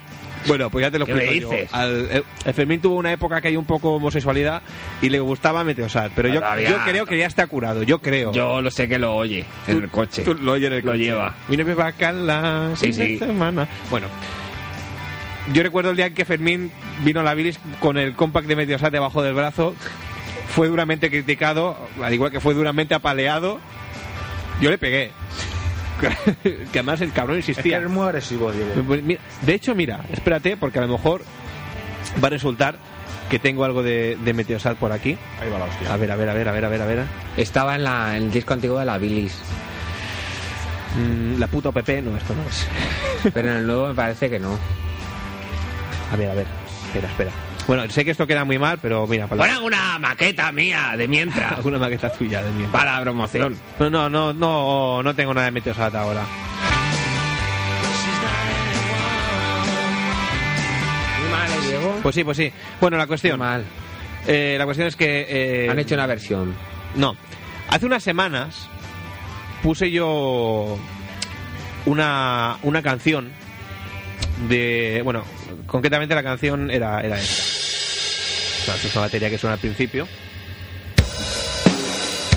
Bueno, pues ya te lo
¿Qué me
explico yo.
dices?
Al- eh, el Fermín tuvo una época que hay un poco homosexualidad y le gustaba Meteosat, pero yo,
Todavía-
yo creo que ya está curado, yo creo.
Yo lo sé que lo oye en el coche.
Tú lo oyes en el
Lo
coche.
lleva.
Mi novio va a Cala,
Sí,
fin de
sí.
semana. Bueno, yo recuerdo el día en que Fermín vino a la Bilis con el compact de Meteosat debajo del brazo. Fue duramente criticado, al igual que fue duramente apaleado. Yo le pegué. que además el cabrón
Es que
insistía. Pues,
eres muy agresivo, Diego.
Mira, De hecho, mira, espérate, porque a lo mejor va a resultar que tengo algo de, de Meteosat por aquí.
Ahí va la hostia.
A ver, a ver, a ver, a ver, a ver, a ver.
Estaba en, la, en el disco antiguo de la Bilis,
Mm, la puta PP, no, esto no es.
pero en el nuevo me parece que no.
A ver, a ver. Espera, espera. Bueno, sé que esto queda muy mal, pero mira, para
Pon alguna maqueta mía de mientras.
alguna maqueta tuya de mí.
para la promoción.
No, no, no, no, no tengo nada de Meteosat ahora.
Muy mal, Diego.
Pues sí, pues sí. Bueno, la
Muy
cuestión.
mal.
eh, la cuestión es que. eh,
Han hecho una versión.
No. Hace unas semanas puse yo una, una canción de. Bueno, concretamente la canción era, era esta. Claro, esto es una batería que suena al principio.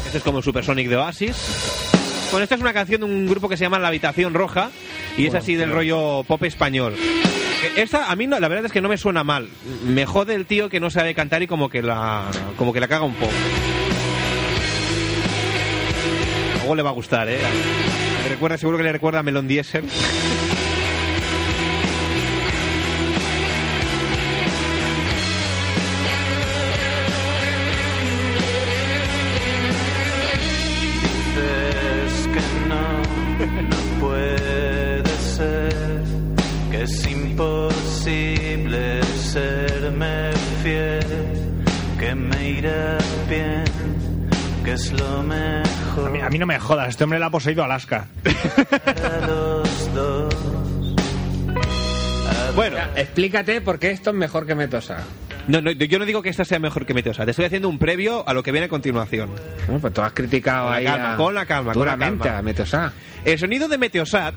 Esto es como Supersonic de Oasis. Bueno, esta es una canción de un grupo que se llama La Habitación Roja y es así del rollo pop español. Que Esta a mí no- la verdad es que no me suena mal. Me jode el tío que no sabe cantar y como que la como que la caga un poco. Luego le va a gustar, ¿eh? Le recuerda, seguro que le recuerda a Melon Diesel.
Dices que no, no puede ser, que es imposible serme fiel, que me irá bien, que es lo mejor
A mí, a mí no me jodas, este hombre la ha poseído Alaska.
para los dos.
Bueno,
Explícate por qué esto es mejor que Metosa.
no, no, yo no digo que esta sea mejor que Meteosa. Te estoy haciendo un previo a lo que viene a continuación.
Bueno, pues tú has criticado
Con la
ahí
calma,
a-
con la calma, con la
duramente
calma.
a Metosa.
El sonido de Meteosat,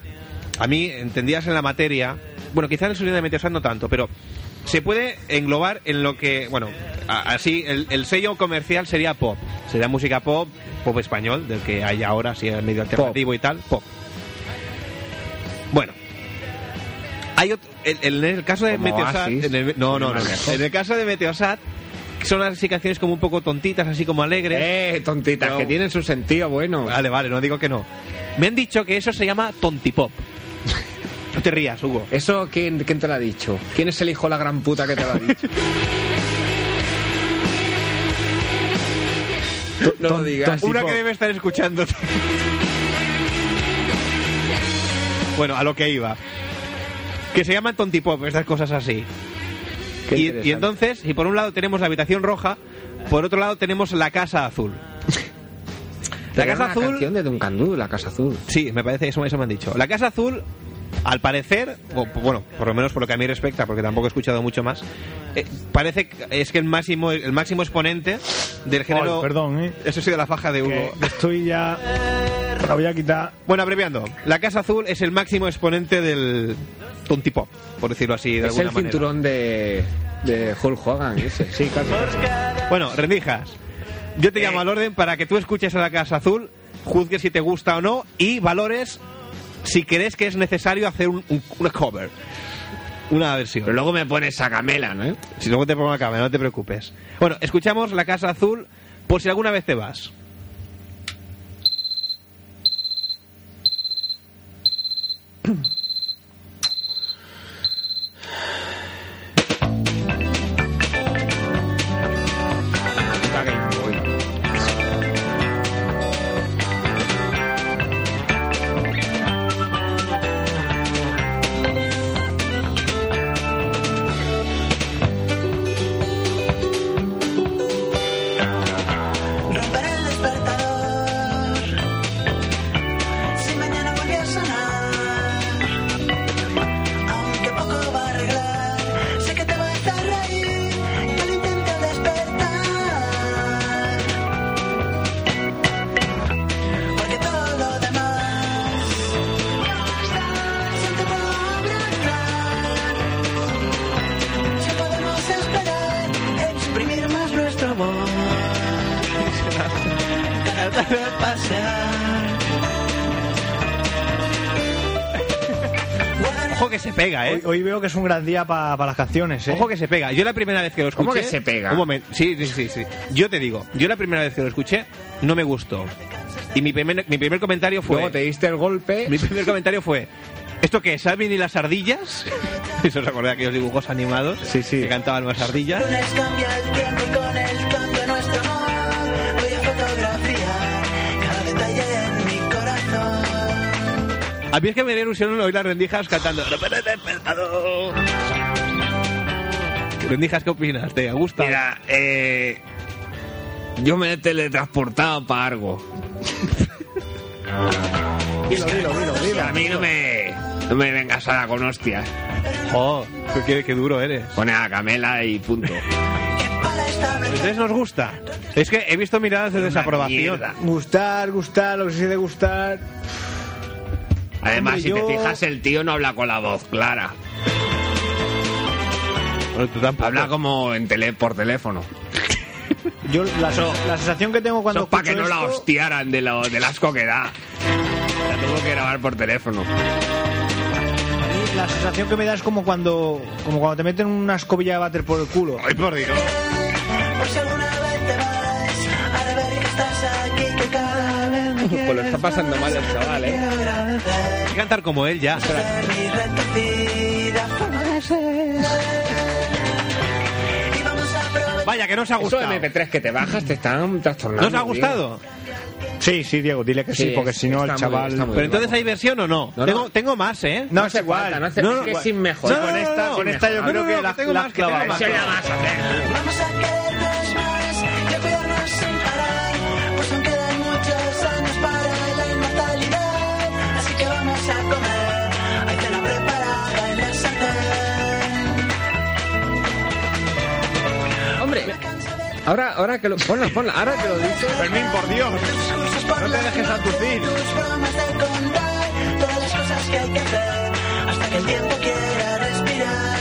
a mí, entendías en la materia, bueno, quizás el sonido de Meteosat no tanto, pero se puede englobar en lo que, bueno, a- así, el, el sello comercial sería pop. Sería música pop, pop español, del que hay ahora, si es medio alternativo y tal, pop. Bueno. Hay ot- en- en el caso de
Como
Meteosat,
Oasis.
en el- no, no, no,
Manejo.
en el caso de Meteosat, son así canciones como un poco tontitas, así como alegres.
Eh, tontitas,
No.
que tienen su sentido bueno.
Vale, vale, no digo que no. Me han dicho que eso se llama tontipop. No te rías, Hugo.
¿Eso quién, quién te lo ha dicho? ¿Quién es el hijo de la gran puta que te lo ha dicho? Tú no lo digas.
Una que debe estar escuchándote. bueno, a lo que iba. Que se llaman tontipop, estas cosas así.
Qué
Y,
interesante.
y entonces, y por un lado tenemos la habitación roja, por otro lado tenemos la casa azul. La
Pero era
casa
una
azul
canción de Duncandú, la Casa Azul.
Sí, me parece, eso, eso me han dicho. La Casa Azul, al parecer, o, p- bueno, por lo menos por lo que a mí respecta, porque tampoco he escuchado mucho más, eh, parece que es que el máximo, el máximo exponente del género...
Ay, perdón, ¿eh?
Eso sí, de la faja de
Que
Hugo.
estoy ya. La voy a quitar.
Bueno, abreviando, La Casa Azul es el máximo exponente del tontipop, por decirlo así, de
es
alguna
el
manera.
cinturón de, de Hulk Hogan, ese. Sí, claro.
Bueno, rendijas. Yo
Eh.
te llamo al orden para que tú escuches a la Casa Azul, juzgues si te gusta o no y valores si crees que es necesario hacer un, un- una cover, una versión.
Pero luego me pones a Camela, ¿no?
Si luego te pongo la cámara, no te preocupes. Bueno, escuchamos La Casa Azul por si alguna vez te vas. Ojo que se pega, ¿eh?
Hoy, hoy veo que es un gran día para las canciones, ¿eh?
Ojo que se pega. Yo la primera vez que lo escuché.
¿Cómo que se pega?
Un momento. Sí, sí, sí, sí. Yo te digo, yo la primera vez que lo escuché no me gustó. Y mi primer, mi primer comentario fue.
Luego te diste el golpe.
Mi primer comentario fue. ¿Esto qué es? ¿Alvin y las ardillas? Eso os acordáis de aquellos dibujos animados
Sí, sí.
que cantaban las ardillas.
lunes cambia el tiempo y con el cambio nuestro amor. Bella fotografía, cada detalle en mi corazón.
A mí es que me dio ilusión oír las rendijas cantando. Rendijas, ¿qué opinas? ¿Te gusta?
Mira, eh, yo me he teletransportado para algo.
Dilo, dilo, dilo,
O
dilo.
sea, a mí no me, no me vengas ahora con hostias.
Oh, qué- qué, qué duro eres.
Pone a Camela y punto.
Que para establecer
¿Ustedes nos gusta? Es que he visto miradas de desaprobación.
mierda.
Gustar, gustar, lo que se de gustar.
Además,
Hombre,
si
yo-
te fijas, el tío no habla con la voz clara.
Bueno, tú tampoco.
Habla como en tele, por teléfono.
Yo la, la sensación que tengo
Eso
cuando
es para que
escucho
no la
esto-
hostiaran de lo, del asco que da. La tuvo que grabar por teléfono.
Y La sensación que me da es como cuando, como cuando te meten una escobilla de váter por el culo.
Ay, por Dios.
por si alguna vez te vas. Haré ver que estás aquí, que cada vez me
Pues lo está
quieres
pasando
más.
mal el chaval, ¿eh?
Quiero agradecer
Hay que cantar como él ya.
mi retorcida forma de ser. Y vamos a aprovechar
Vaya, que no os ha
Esos
gustado.
MP3 que te bajas te están
¿No
trastornando.
os ha
tío.
gustado?
Sí, sí, Diego, dile que sí,
Sí,
porque
es-
si no
está
el
muy
chaval.
bien, está muy
Pero
bien.
entonces hay versión o no.
no.
Tengo, tengo más, ¿eh?
No, es
hace falta,
igual.
no hace- es que
no,
sin mejor.
no,
con
no,
esta,
no,
con
no,
esta yo
no,
creo
no,
que
no,
la,
que tengo
la
más, que tengo
clava.
más.
Eso ya vas a hacer.
Vamos a querernos más y a cuidarnos sin parar, pues aún quedan muchos años para la inmortalidad. Así que vamos a comer, hay cena preparada en el sartén.
Hombre, ahora, ahora que lo. Ponla, ponla, ahora que lo dices.
Fermín, por Dios.
Discursos por
No te
la
dejes
noche,
abducir.
Tus bromas de contar, todas las cosas que hay que hacer, hasta que el tiempo quiera respirar.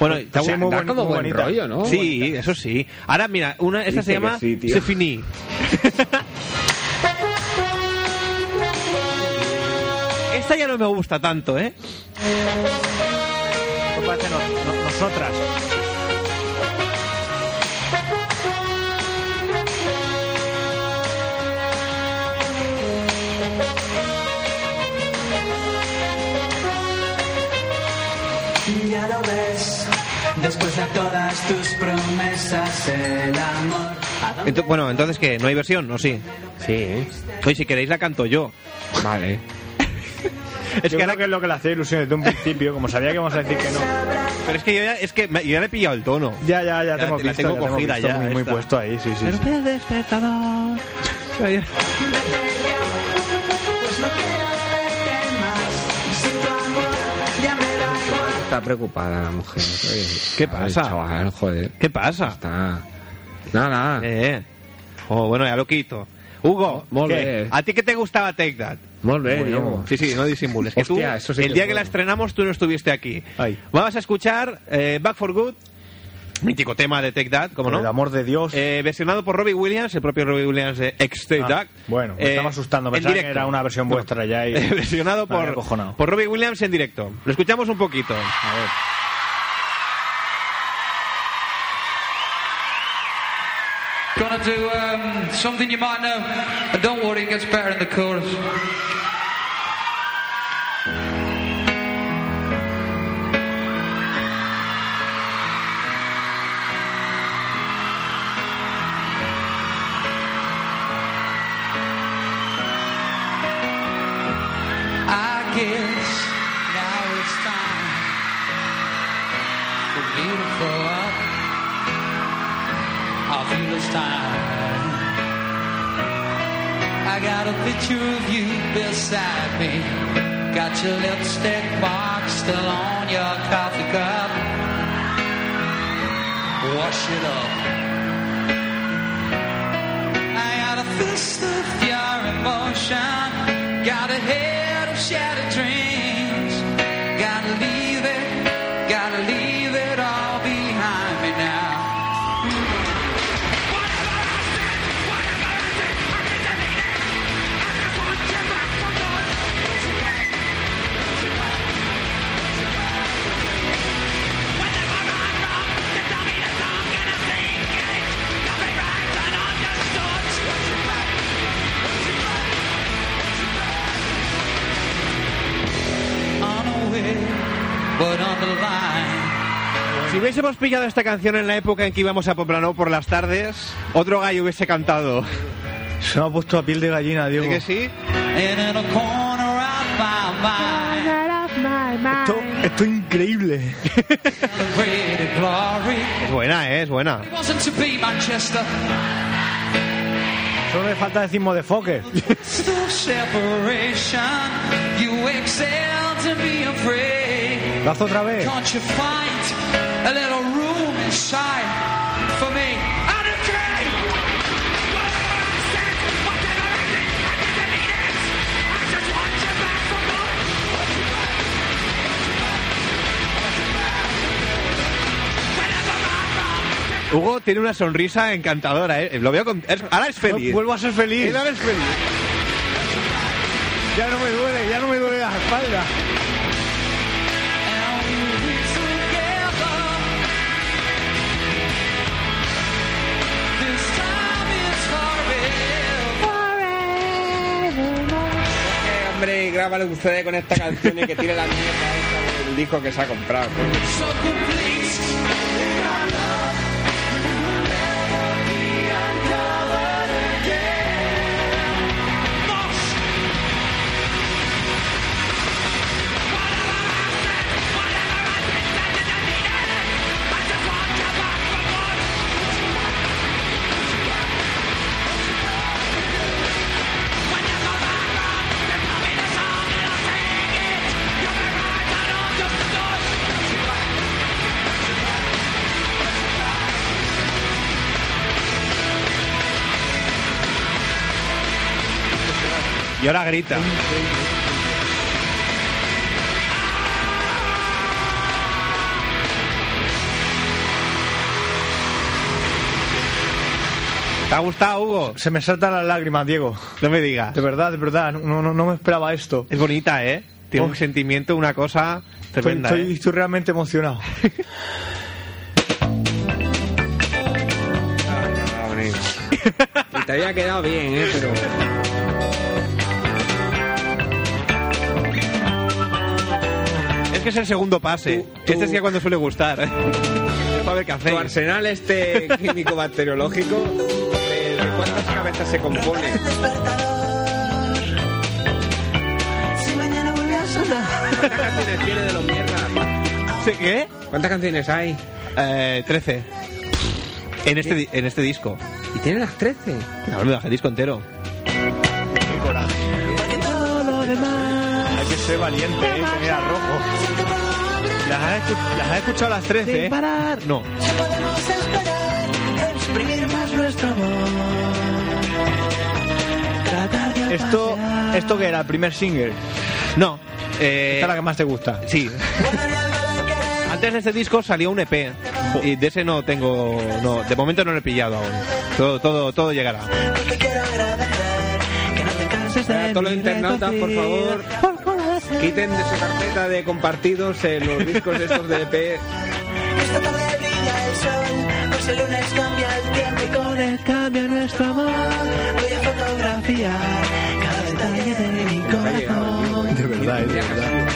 Bueno, está
Sí,
bueno.
muy
Da
buen-
como
muy
buen
bonita.
rollo, ¿no?
Sí, eso sí. Ahora, mira, una, esta
Dice
se llama
que sí, tío.
Sefini. Esta ya no me gusta tanto, ¿eh?
Esto parece nos- nos- Nosotras.
Ya lo ves, después de todas tus promesas, el amor. ¿A dónde
Ento- bueno, entonces, ¿qué? ¿No hay versión? ¿O sí?
Sí, ¿eh?
Oye, si queréis la canto yo.
Vale.
Es
que
que
ahora-
creo que es lo que le hacía ilusión desde un principio, como sabía que íbamos a decir que no.
Pero es que yo ya, es que me- yo ya le he pillado el tono.
Ya, ya, ya, te
la
hemos
tengo
visto. ya te hemos
cogida
visto,
ya,
Muy, muy
esta.
puesto ahí, sí, sí. sí.
Está preocupada la mujer. Oye,
¿Qué
a ver,
pasa?
chaval, joder.
¿Qué pasa?
Está. Nada.
Eh, eh. Oh, bueno, ya lo quito. Hugo,
Molt
¿qué?
bé.
¿a ti qué te gustaba Take That?
Molt bé, Diego.
Sí, sí, no disimules. Que tú,
Hostia, eso sí
el
que
día
es
que la
bueno.
estrenamos tú no estuviste aquí.
Ay.
Vamos a escuchar eh, Back for Good, mítico tema de Take That, como
Por el
no.
amor de Dios.
Eh, versionado por Robbie Williams, el propio Robbie Williams de ex Take
Ah,
That.
bueno, me
Eh,
estaba asustando,
en
pensaba que
directo.
era una versión
No.
vuestra ya. Y...
Eh, versionado
Me había
por,
acojonado.
por Robbie Williams en directo. Lo escuchamos un poquito.
A ver.
Gonna do um, something you might know, and don't worry, it gets better in the chorus. I guess now it's time for me to throw up. I feel it's time. I got a picture of you beside me. Got your lipstick mark still on your coffee cup. Wash it up. I got a fist of your emotion. Got a head of shattered dreams. Gotta leave it. Gotta leave it all behind me now. but on the line.
Si hubiésemos pillado esta canción en la época en que íbamos a Poplano por las tardes, otro gallo hubiese cantado.
Se me ha puesto a piel de gallina, Diego.
¿Sí que sí?
And in a corner out by my
Esto, esto es increíble.
celebrated glory.
Es buena, ¿eh? es buena.
It wasn't to be Manchester,
Solo le falta decir modefoque.
it's the separation. You excel to be afraid.
Lo hace otra vez.
Can't you find a little room inside for me? I don't care.
Hugo tiene una sonrisa encantadora, ¿eh? Lo veo con... es- Ahora es feliz.
Vuelvo a ser feliz.
Él ahora es feliz.
Ya no me duele, ya no me duele la espalda.
And we'll be together. This time is forever.
Eh, hombre, grábale un CD con esta canción y que tire la mierda esta del disco que se ha comprado.
So complete.
Y ahora grita. ¿Te ha gustado, Hugo?
Se me saltan las lágrimas, Diego.
No me digas.
De verdad, de verdad. No, no, no me esperaba esto.
Es bonita, ¿eh? Tiene un
Oh.
sentimiento, una cosa
Estoy,
tremenda.
estoy-
¿eh?
estoy realmente emocionado.
Y te había quedado bien, ¿eh? Pero...
Es que es el segundo pase.
Tú- tú-
Este sí que cuando suele gustar. Es para ver qué
Tu
hacer.
arsenal este químico-bacteriológico, ¿de de cuántas cabezas se compone?
El despertador. Si mañana vuelve a sonar.
¿Cuántas canciones tiene de los mierdas?
¿Sí, ¿Qué?
¿Cuántas canciones hay?
Eh, 13. En este, di- en este disco.
Y tiene las 13.
No, me baja el disco entero.
Porque todo lo demás.
Hay que ser valiente, ¿eh? Mira, rojo.
Siempre podrá.
Las has, escu- las has escuchado a las 13, ¿eh? No.
Si podemos esperar. Exprimir más nuestro amor. Tratar de
Esto,
apaciguar.
esto que era, el primer single.
No. Eh,
Esta es la que más te gusta.
Sí.
Guardaré algo de querer.
Antes de este disco salió un EP. Y de ese no tengo. No, de momento no lo he pillado aún. Todo, todo, todo llegará.
Hoy te quiero agradecer. Que no te canses de
Para todos los
mi
internautas, por
retorcida.
Quiten de su carpeta de compartidos eh, los discos estos de E EP.
Esta tarde brilla el sol, pues el lunes cambia el tiempo y con él cambia nuestro amor. Voy a fotografiar cada detalle de mi
Ha llegado el
corazón.
tiempo, ¿eh?
De verdad, eh, de
verdad.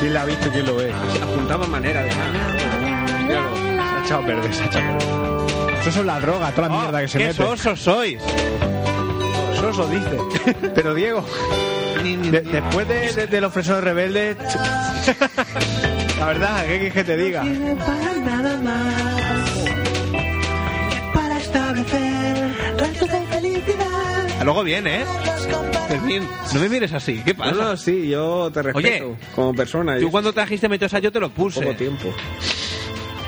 ¿Quién la ha visto? ¿Quién lo ve?
Apuntaba manera, además. Míralo.
Se ha echado verde, se ha echado verde. Eso son las drogas, toda la mierda que se
¡Qué
mete.
sosos sois!
Eso os lo dice. Pero Diego, de- después de, de- de los fresones rebeldes. La verdad, ¿qué quieres que te diga?
sirve para nada más que para establecer rastros de felicidad.
Luego viene, ¿eh? Fermín, no me mires así. ¿Qué
No,
pasa?
no, sí, yo te respeto
Oye,
como persona.
Tú
Yo
cuando trajiste Meteosa yo te lo
poco
puse.
tiempo.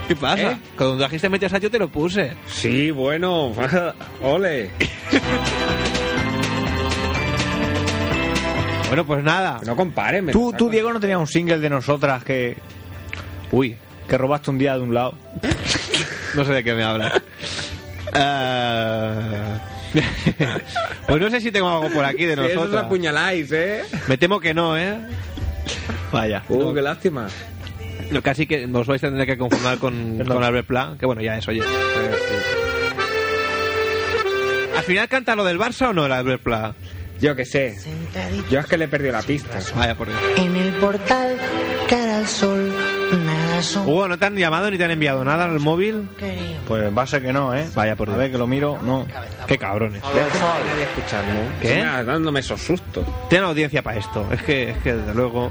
¿Qué pasa?
¿Eh?
Cuando trajiste Meteosa yo te lo puse.
Sí, bueno, ole.
Bueno, pues nada.
No comparen. me
Tú,
lo
tú,
saco.
Diego, no tenías un single de nosotras que,
Uy,
que robaste un día de un lado.
No sé de qué me habla. Ah. pues no sé si tengo algo por aquí de
Sí, eso os
nosotros.
apuñaláis, ¿eh?
Me temo que no, ¿eh? Vaya.
Uh, qué lástima.
No, Casi que os vais a tener que conformar con,
Perdón.
con Albert Pla, que bueno, ya es, oye.
Eh, sí.
¿Al final canta lo del Barça o no el Albert Pla?
Yo qué sé. Yo es que le he perdido la pista.
Vaya, por Dios.
En el portal cara al sol
Hugo, ¿no te han llamado ni te han enviado nada al móvil?
Pues va a ser que no, ¿eh?
Vaya por
A
Dios.
ver, que lo miro. No. Qué cabrones.
de escuchar, ¿no?
¿Qué?
Sí, nada, Dándome esos sustos.
Tienen audiencia para esto. Es que, es que desde luego.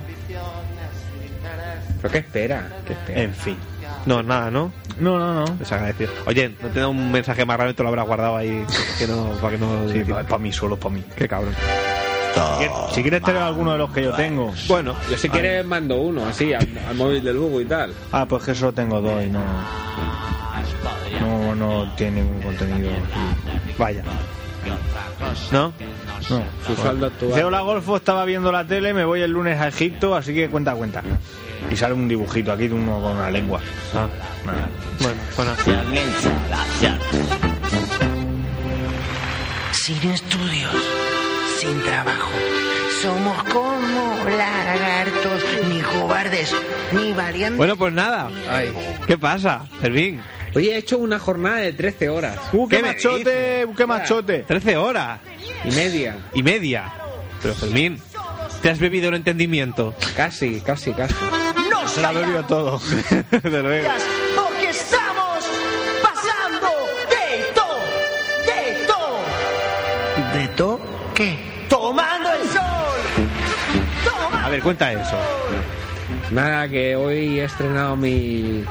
¿Pero qué espera? ¿Qué espera?
En fin.
No, nada, ¿no?
No, no, no.
Desagradecido. Oye, no te da un mensaje más raro y te lo habrás guardado ahí. Que no, para que no.
Sí, para mí, solo para mí.
Qué cabrón.
Si quieres te leo alguno de los que yo tengo.
Bueno,
Yo si quieres mando uno, así, al, al móvil del Hugo y tal.
Ah, pues que solo tengo dos y no. No, no tiene ningún contenido.
vaya. ¿No?
No.
Su saldo actual.
Dice, hola Golfo, estaba viendo la tele, me voy el lunes a Egipto, así que cuenta, cuenta. Y sale un dibujito aquí de uno con una lengua.
Ah,
Nada.
bueno, pues bueno.
Sin estudios, sin trabajo. Somos como lagartos, ni cobardes, ni variantes.
Bueno, pues nada.
Ay.
¿Qué pasa, Fermín?
Oye, he hecho una jornada de 13 horas
¡Uh, qué,
¿Qué me
machote! ¡Uh, qué machote!
13 horas
y media.
y media. Pero Fermín, te has bebido el entendimiento.
Casi, casi, casi.
¡No
Se la bebió todo.
Desde luego.
callas, porque estamos pasando de todo, de todo. ¿De todo qué? Tomando el sol. Tomando
A ver, cuenta eso.
Nada, que hoy he estrenado mi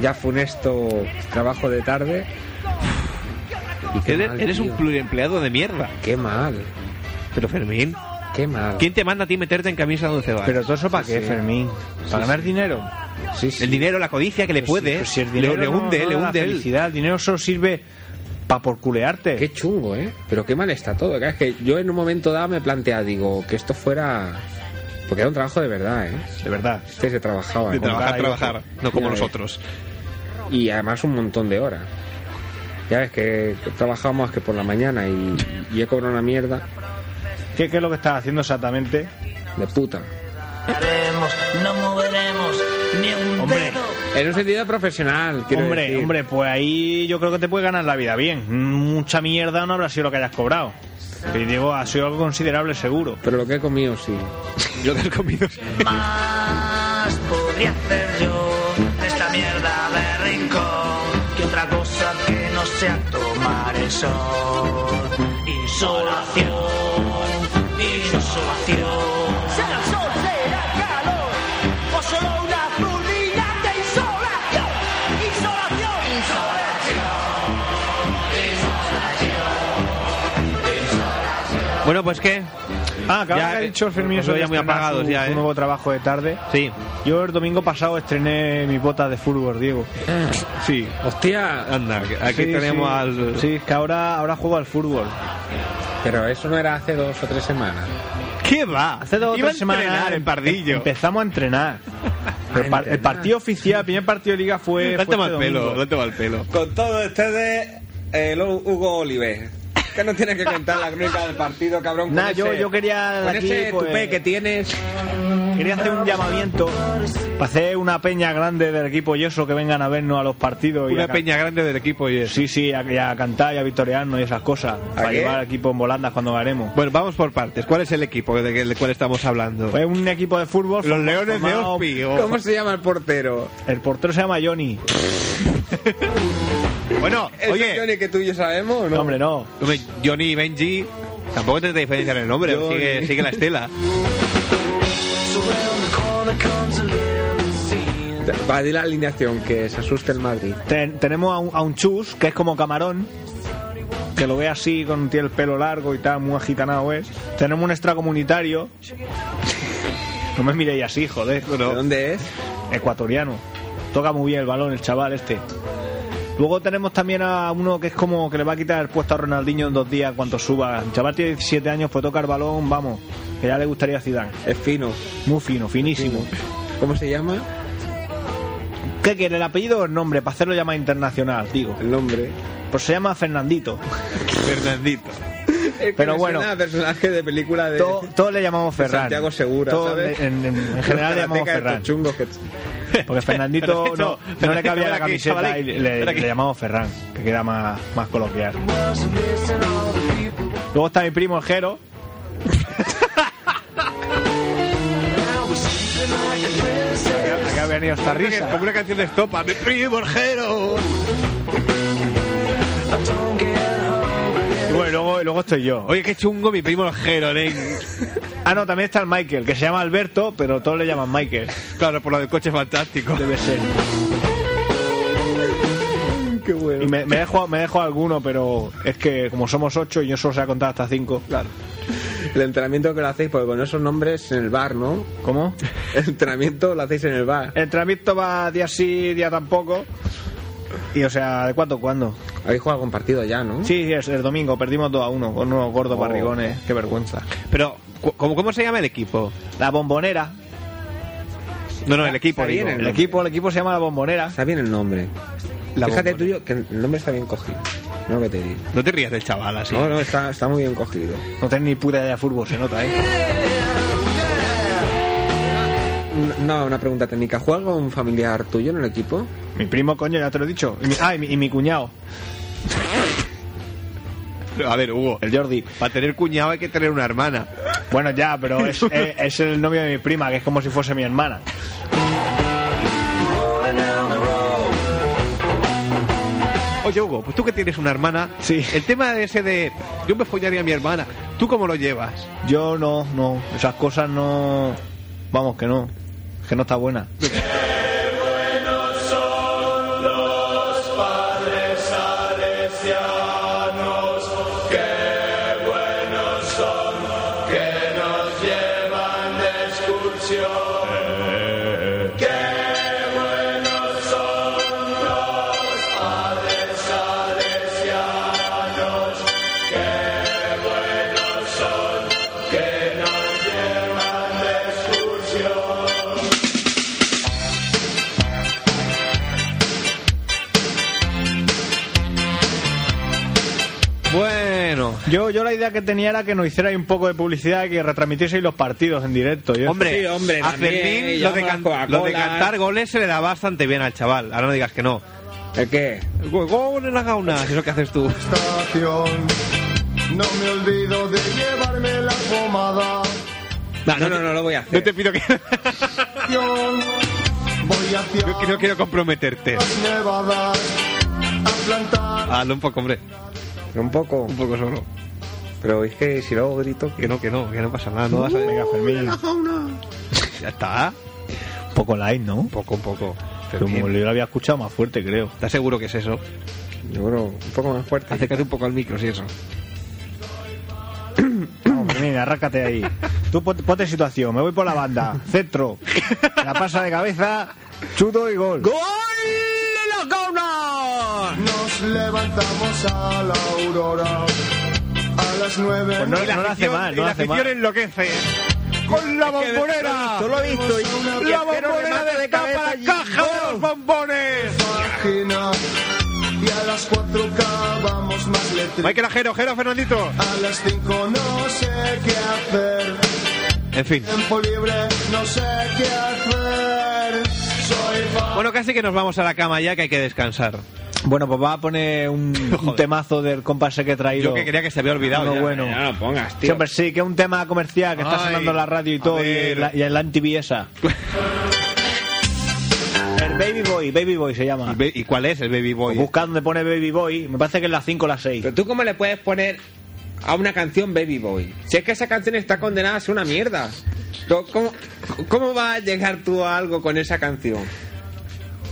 ya funesto trabajo de tarde. Y qué
Eres,
mal,
eres un
tío.
pluriempleado de mierda.
Qué mal,
Pero Fermín,
qué mal.
¿quién te manda a ti meterte en camisa de once varas?
Pero todo eso para qué,
sí.
Fermín. ¿Para ganar dinero?
Sí, sí.
El dinero, la codicia que le puede,
Pues si el
le,
dinero
le
no-
hunde,
no
le
da la
hunde él.
felicidad, el dinero solo sirve para porculearte.
Qué chungo, ¿eh? Pero qué mal está todo. Claro, Es que yo en un momento dado me planteaba, digo, que esto fuera... Porque era un trabajo de verdad, ¿eh?
De verdad.
Este se trabajaba.
De
¿no?
trabajar, trabajar, no como
Ya ves.
nosotros.
Y además un montón de horas. Ya ves que trabajamos que por la mañana y, y he cobrado una mierda
¿Qué, ¿Qué es lo que estás haciendo exactamente?
de puta.
haremos, no moveremos ni un
Hombre.
dedo.
En un sentido profesional, quiero
hombre,
decir.
hombre, pues ahí yo creo que te puedes ganar la vida bien. Mucha mierda no habrá sido lo que hayas cobrado. Y digo, ha sido algo considerable seguro.
Pero lo que he comido, sí.
Yo te he comido.
Más podría hacer yo de esta mierda de rincón que otra cosa que no sea tomar el sol. Insolación, insolación. Será sol, será calor, o solo una fulminante insolación. Insolación, insolación.
Bueno, pues qué.
Ah, claro
Ya,
que ha
eh,
dicho el Fermín
los
eso
veo
de
ya muy
estrenar
apagados
su-
ya,
su
eh.
nuevo trabajo de tarde.
Sí.
Yo el domingo pasado estrené mis botas de fútbol, Diego.
Sí.
¡Hostia!
Anda, que aquí
Sí,
tenemos
sí.
al.
Sí, es que ahora, ahora juego al fútbol.
Pero eso no era hace dos o tres semanas.
¿Qué va?
Hace dos o
Iba
tres
a
semanas
entrenar en
em-
Pardillo.
empezamos a entrenar. Pero el par- el partido oficial, el primer partido de liga fue.
Date
fue
mal
este
pelo,
domingo.
date mal pelo.
Con todos ustedes, el Hugo Oliver. Que no tienes que contar la crónica del partido, cabrón.
Nah, yo- yo quería
Con
aquí,
ese
pues-
tupé que tienes.
Quería hacer un llamamiento para hacer una peña grande del equipo Yeso que vengan a vernos a los partidos. y
Una
a can-
peña grande del equipo y eso.
Sí, sí, a, y a cantar y a victoriarnos y esas cosas. para
qué?
llevar al equipo en volandas cuando ganemos.
Bueno, vamos por partes. ¿Cuál es el equipo de que- del cual estamos hablando?
Fue un equipo de fútbol.
Los
formado-
Leones de
formado-
Ospi. oh. o-
¿Cómo se llama el portero?
El portero se llama Johnny.
Bueno,
¿Ese
oye,
Johnny que tú y yo sabemos o
No,
no?
hombre, no.
hombre, Johnny y Benji. Tampoco te diferencian el nombre,
Johnny.
sigue, sigue la estela.
Va a la alineación, que se asuste el Madrid.
Ten- tenemos a un, a un chus que es como camarón. Que lo ve así, con tiene el pelo largo y tal, muy agitanado es. Tenemos un extracomunitario. No me miréis así, joder.
¿De dónde es?
ecuatoriano. Toca muy bien el balón el chaval este. Luego tenemos también a uno que es como que le va a quitar el puesto a Ronaldinho en dos días en cuanto suba. El chaval tiene 17 años, puede tocar balón, vamos, que ya le gustaría a Zidane.
Es fino.
Muy fino, finísimo.
¿Cómo se llama?
¿Qué quiere, el apellido o el nombre? Para hacerlo ya más internacional, digo.
El nombre.
Pues se llama Fernandito.
Fernandito.
Pero
Me
bueno.
suena a personaje de película de.
Todo- Todos le llamamos Ferran.
Santiago Segura,
Todos
¿sabes?
le- en, en- en general le llamamos
Karateca estos
Ferran.
chungos que-
Porque Fernandito
Perfecto.
no, no le
Perfecto,
cabía
ven
la
aquí,
camiseta y
chavalín.
le,
Ven
le-
aquí.
le llamamos Ferran, que queda más, más coloquial. Luego está mi primo el Jero. Acá- acá había venido esta risa.
Como una canción de estopa. ¡Mi primo, el Jero!
Y bueno, y luego, y luego estoy yo.
Oye, qué chungo mi primo el Jero, nen.
Ah, no, también está el Michael, que se llama Alberto, pero todos le llaman Michael.
Claro, por lo del coche fantástico.
Debe ser. Qué bueno. Y me, me dejo, me dejo alguno, pero es que como somos ocho y yo solo sé contar hasta cinco.
Claro. El entrenamiento que lo hacéis, porque con esos nombres en el bar, ¿no?
¿Cómo?
El entrenamiento lo hacéis en el bar.
El tramito va día sí, día tampoco. Y o sea, ¿de cuánto en cuándo?
Habéis jugado algún partido ya, ¿no?
Sí, sí, es el domingo, perdimos 2 a 1 con unos gordos
Oh.
barrigones, qué vergüenza.
Pero, cu- ¿cómo, ¿cómo se llama el equipo?
La bombonera,
No, no, el equipo,
Está bien,
digo.
el
el equipo, el equipo se llama la bombonera.
Está bien el nombre.
La
Fíjate
bombonera.
tuyo que el nombre está bien cogido. No lo que te digo.
No te rías del chaval así.
No, no, está, está muy bien cogido.
No tenés ni puta idea de fútbol, se nota, ¿eh?
Una- No, una pregunta técnica. ¿Juega un familiar tuyo en el equipo?
Mi primo, coño, ya te lo he dicho. Y mi- ah, y mi, y mi cuñado,
A ver, Hugo,
el Jordi.
para tener cuñado hay que tener una hermana.
Bueno, ya, pero es, es- es el novio de mi prima, que es como si fuese mi hermana.
Oye, Hugo, pues tú que tienes una hermana,
Sí.
el tema de ese de yo me follaría a mi hermana, ¿tú cómo lo llevas?
Yo no, no, esas cosas no... Vamos, que no, que no está buena.
Bueno,
Yo, yo la idea que tenía era que nos hicierais un poco de publicidad y que retransmitieseis los partidos en directo. Yo-
hombre,
Sí, hombre,
a
también,
Fermín lo
llama
de,
las
can-
Coca-Colas.
lo de cantar goles se le da bastante bien al chaval. Ahora no digas que no.
¿El qué?
Go- Gol en la gauna, eso que haces tú.
No me olvido de llevarme la pomada.
No, no, no, lo voy a
No te
hacer.
pido que.
Voy hacia
no, no quiero comprometerte.
las nevadas a plantar.
Hazlo un poco, hombre.
Un poco.
Un poco solo.
Pero es que si luego grito,
Que
que
no, que no, que no pasa nada. No vas a
Venga, Fermín,
Ya está.
un poco light, ¿no?
Un poco, un poco.
Como
Fermín,
yo lo había escuchado más fuerte, creo.
¿Estás seguro que es eso?
yo creo un poco más fuerte.
Acércate un poco al micro, si eso.
Vamos, Fermín, arrácate ahí. Tú ponte, ponte en situación, me voy por la banda, centro, la pasa de cabeza, chuto y gol.
Nos levantamos a la aurora. A las nueve.
Pues no,
Y la
no lo hace
afición-
mal,
y
no lo
la
hace
afición
mal.
enloquece. ¡Con la bombonera!
Yo lo he visto y, y
¡La
espero que
bombonera
mate de
destapa
cabeza
la
y-
caja de
pues
los bombones!
página. Y a las 4K vamos más letras.
Michael Ajero, Jero, Fernandito.
A las 5 no sé qué hacer.
En fin.
Tiempo libre, no sé qué hacer. Soy va-
Bueno, casi que nos vamos a la cama ya, que hay que descansar.
Bueno, pues va a poner un, un
Joder.
temazo del compás que he traído.
Yo que creía que se había olvidado.
Uno
ya.
bueno.
Ya no lo pongas,
Sí,
tío.
hombre, sí, que es un tema comercial que está
Ay,
sonando en la radio y
a
todo, y
ver.
en la, y en la MTV esa. El Baby Boy, Baby Boy se llama.
¿Y ve- ¿Y cuál es el Baby Boy?
Busca donde pone Baby Boy, me parece que es la 5 o la 6.
Pero tú cómo le puedes poner a una canción Baby Boy? Si es que esa canción está condenada a ser una mierda. Tú, ¿Cómo, cómo vas a llegar tú a algo con esa canción?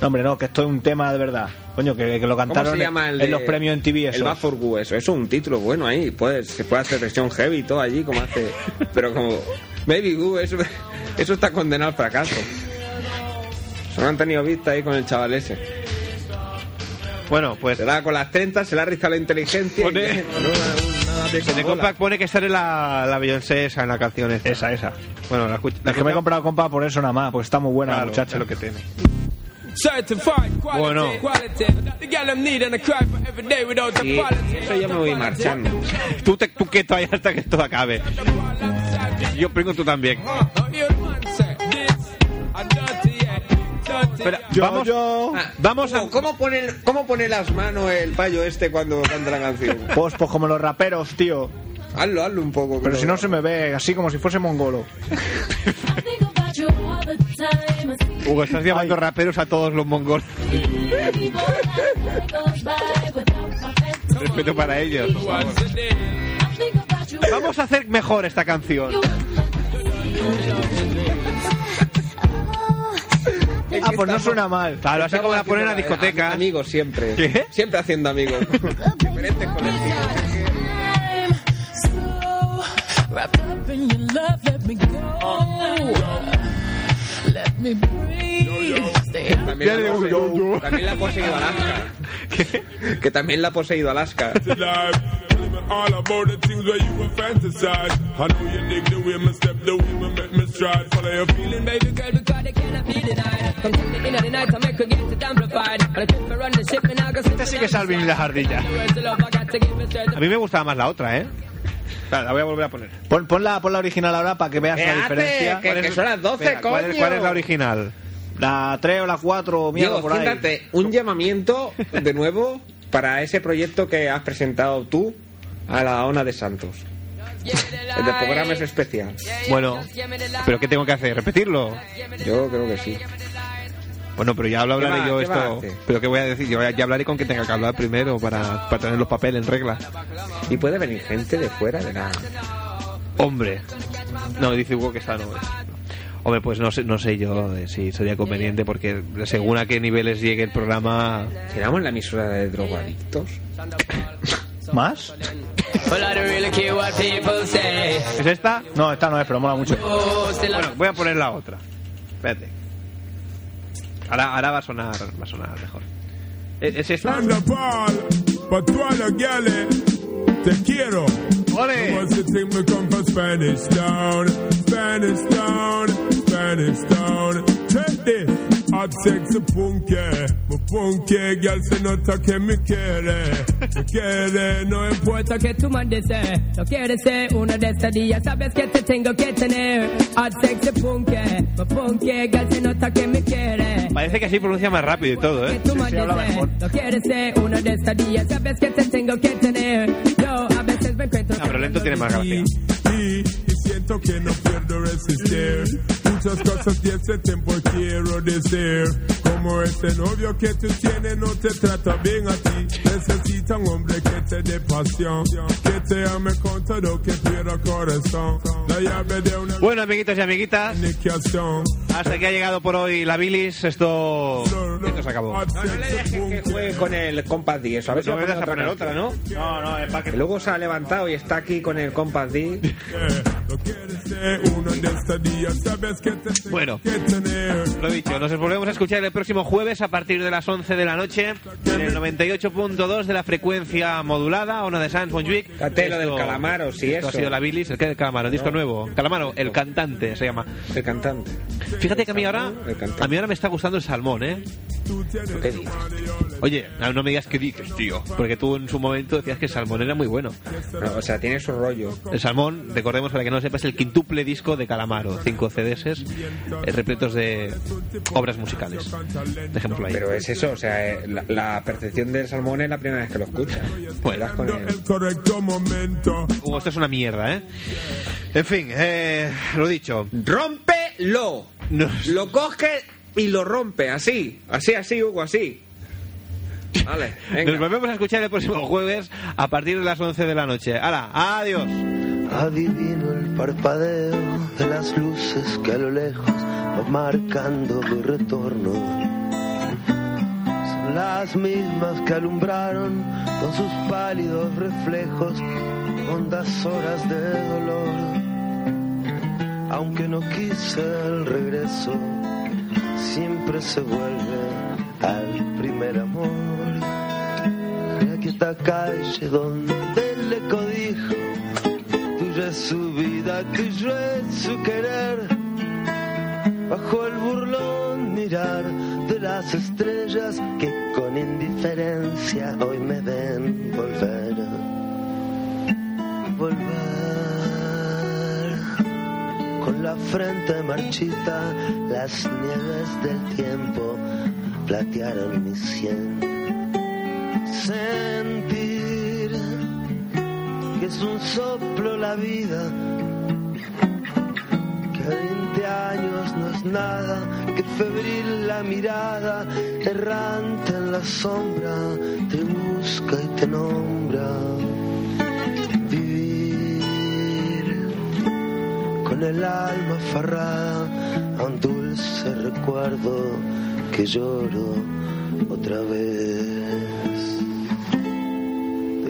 No, hombre, no, que esto es un tema de verdad. Coño, que, que lo
¿Cómo
cantaron
se
en-
llama el
en,
de-
los premios en TV.
El Bafford Gu, eso. Eso es un título bueno ahí. Puede, se puede hacer versión heavy y todo allí, como hace. Pero como. Baby Gu, eso, eso está condenado al fracaso. Eso no han tenido vista ahí con el chaval ese.
Bueno, pues
Se da con las 30, se le ha rizado la inteligencia. y-
Pone-
con una- una
en el compact pone que sale la, la Beyoncé esa en la canción esta.
Esa, esa.
Bueno, la escucha. La
Es que me he
escucha-
comprado compa por eso nada más, porque está muy buena
Claro,
la muchacha.
es lo que tiene.
Certified quality,
Bueno.
quality. The girl I'm needing, I cry for every day without the
Y
quality.
eso yo me voy marchando.
Tú, te, tú quieto ahí hasta que esto acabe. Yo pringo tú también. Espera,
Espera.
vamos, vamos a...
Ah, ¿Cómo, cómo pone, ¿Cómo pone las manos el payo este cuando canta la canción?
Pues, pues como los raperos, tío.
hazlo, hazlo un poco.
Pero si no se me ve así como si fuese mongolo.
Hugo, estás llamando raperos a todos los mongoles. Respeto para ellos. Vamos a hacer mejor esta canción.
Ah, pues no suena mal.
Claro, así como la ponen en la
Am-
discoteca.
eh, Amigos siempre.
¿Qué?
Siempre haciendo amigos. Diferentes colectivos.
Ya le
También la, ha
digo,
poseído-
yo, yo.
también la ha poseído Alaska. Que también la ha poseído Alaska. Eh,
life. Tell me all about the things where you were fantasize. I know you dig the way my step, the way my make me stride. Follow your feeling, baby girl, because they cannot be denied. Come take me in the night, I make her get it amplified. And I keep her on the ship, and I go
Este sí que es Alvin y las ardillas.
Where's the love I got to give it straight
A mí me gustaba más la otra, ¿eh?
Claro, la voy a volver a poner. Pon, pon la, pon la original ahora para que veas
¿Qué
la
hace?
diferencia.
Que-
¿Cuál es-
que son las 12,
Espera,
coño.
¿cuál
¿Cuál es, cuál es la original?
La 3 o la 4, mierda,
Diego,
por ahí.
fíjate, un llamamiento de nuevo para ese proyecto que has presentado tú a la ONA de Santos. El del programa es especial.
Bueno, ¿pero qué tengo que hacer? ¿Repetirlo?
Yo creo que sí.
Bueno, pero ya lo
¿Qué
hablaré
va-
yo
qué va a
esto.
hacer?
¿Pero qué voy a decir? Yo ya hablaré con quien tenga que hablar primero para, para tener los papeles en regla.
Y puede venir gente de fuera de la...
Hombre. No, dice Hugo que está no. es. Hombre, pues no sé, no sé yo eh, si sería conveniente porque según a qué niveles llegue el programa...
¿Tiramos la emisora de drogadictos?
¿Más?
Well, I don't really care what people say.
¿Es esta?
No, esta no es, pero mola mucho.
Oh, still
Bueno, voy a poner la otra. Espérate. Ahora, ahora va a sonar, va a sonar mejor. ¿Es, es esta?
Sandra Paul, but to all the galley, te quiero.
Ole.
What's the thing we come from Spanish town? Spanish town, Spanish town. Check this. Hot sex a punky, my punky girl say not a chemical. Me quiere, no importa que tu mandes. No quiere ser una de estas días, sabes que te tengo que tener. Hot sex a punky, my punky girl say not a chemical.
Parece que así pronuncia más rápido y todo, ¿eh?
Tú me dices, No quieres ser una de estas días, sabes que te tengo que tener. Yo a veces me encuentro.
Ah, pero lento tiene más gracia.
Y, y siento que no puedo resistir. Muchas cosas de ese tiempo quiero decir. Como ese novio que tú tienes no te trata bien a ti. Necesita un hombre que te dé pasión. Que te ame con todo, que pierda corazón. La llave de una
Bueno, amiguitos y amiguitas,
comunicación.
hasta aquí ha llegado por hoy la bilis. Esto, esto se acabó.
No, no le dejes que juegue con el Compass 10. A ver si
No
va
me vas a
otra
poner otra,
canción.
¿no?
No, no, es para
Que Luego se ha levantado y está aquí con el Compass 10.
No quieres ser uno de estos días, sabes que te tengo
Bueno.
que tener.
Lo dicho, nos volvemos a escuchar el próximo jueves a partir de las 11 de la noche en el 98.2 de la frecuencia modulada, Ona de Sans Montjuic.
Fíjate lo del Calamaro, sí,
esto ha
eso.
sido la bilis, el que del Calamaro, el disco
No.
nuevo. Calamaro, el cantante se llama.
El cantante.
Fíjate que a mí ahora
El cantante.
a mí ahora me está gustando el salmón, ¿eh?
¿Qué dices?
Oye, no no me digas que dices, tío, porque tú en su momento decías que el salmón era muy bueno.
No, o sea, tiene su rollo.
El Salmón, recordemos para que no lo sepas, el quintuple disco de Calamaro, cinco CDs eh, repletos de obras musicales. Dejémoslo ahí.
Pero es eso, o sea, eh, la, la percepción del salmón es la primera vez que lo escuchas.
Bueno.
Verás con el-
Correcto momento.
Hugo, esto es una mierda, ¿eh? En fin, eh, lo dicho.
¡Rómpelo!
No.
Lo coge y lo rompe, así. Así, así, Hugo, así. Vale, venga.
Nos volvemos a escuchar el próximo jueves a partir de las 11 de la noche. ¡Hala! ¡Adiós!
Adivino el parpadeo de las luces que a lo lejos van marcando mi retorno. Son las mismas que alumbraron con sus pálidos reflejos hondas horas de dolor. Aunque no quise el regreso, siempre se vuelve al primer amor. De esta calle donde le codijo tuya es su vida, tuyo es su querer. Bajo el burlón mirar de las estrellas que con indiferencia hoy me ven volver. Volver con la frente marchita, las nieves del tiempo platearon mi sien. Sentir que es un soplo la vida, que a 20 años no es nada que febril la mirada, errante en la sombra, te busca y te nombra. Vivir con el alma aferrada a un dulce recuerdo que lloro otra vez.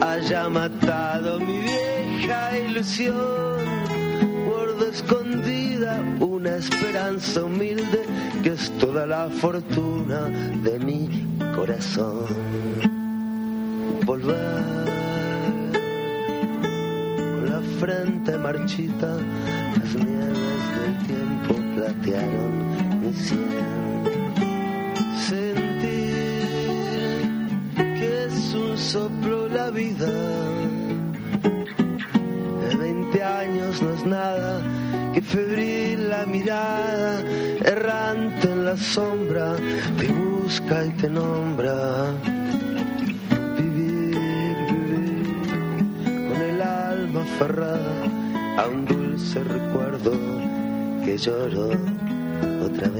haya matado mi vieja ilusión, guardo escondida una esperanza humilde que es toda la fortuna de mi corazón. Volver con la frente marchita, las nieves del tiempo platearon mi cielo sentir que es un soplo la vida. De 20 años no es nada que febril la mirada, errante en la sombra, te busca y te nombra. Vivir, vivir con el alma aferrada a un dulce recuerdo que lloro otra vez.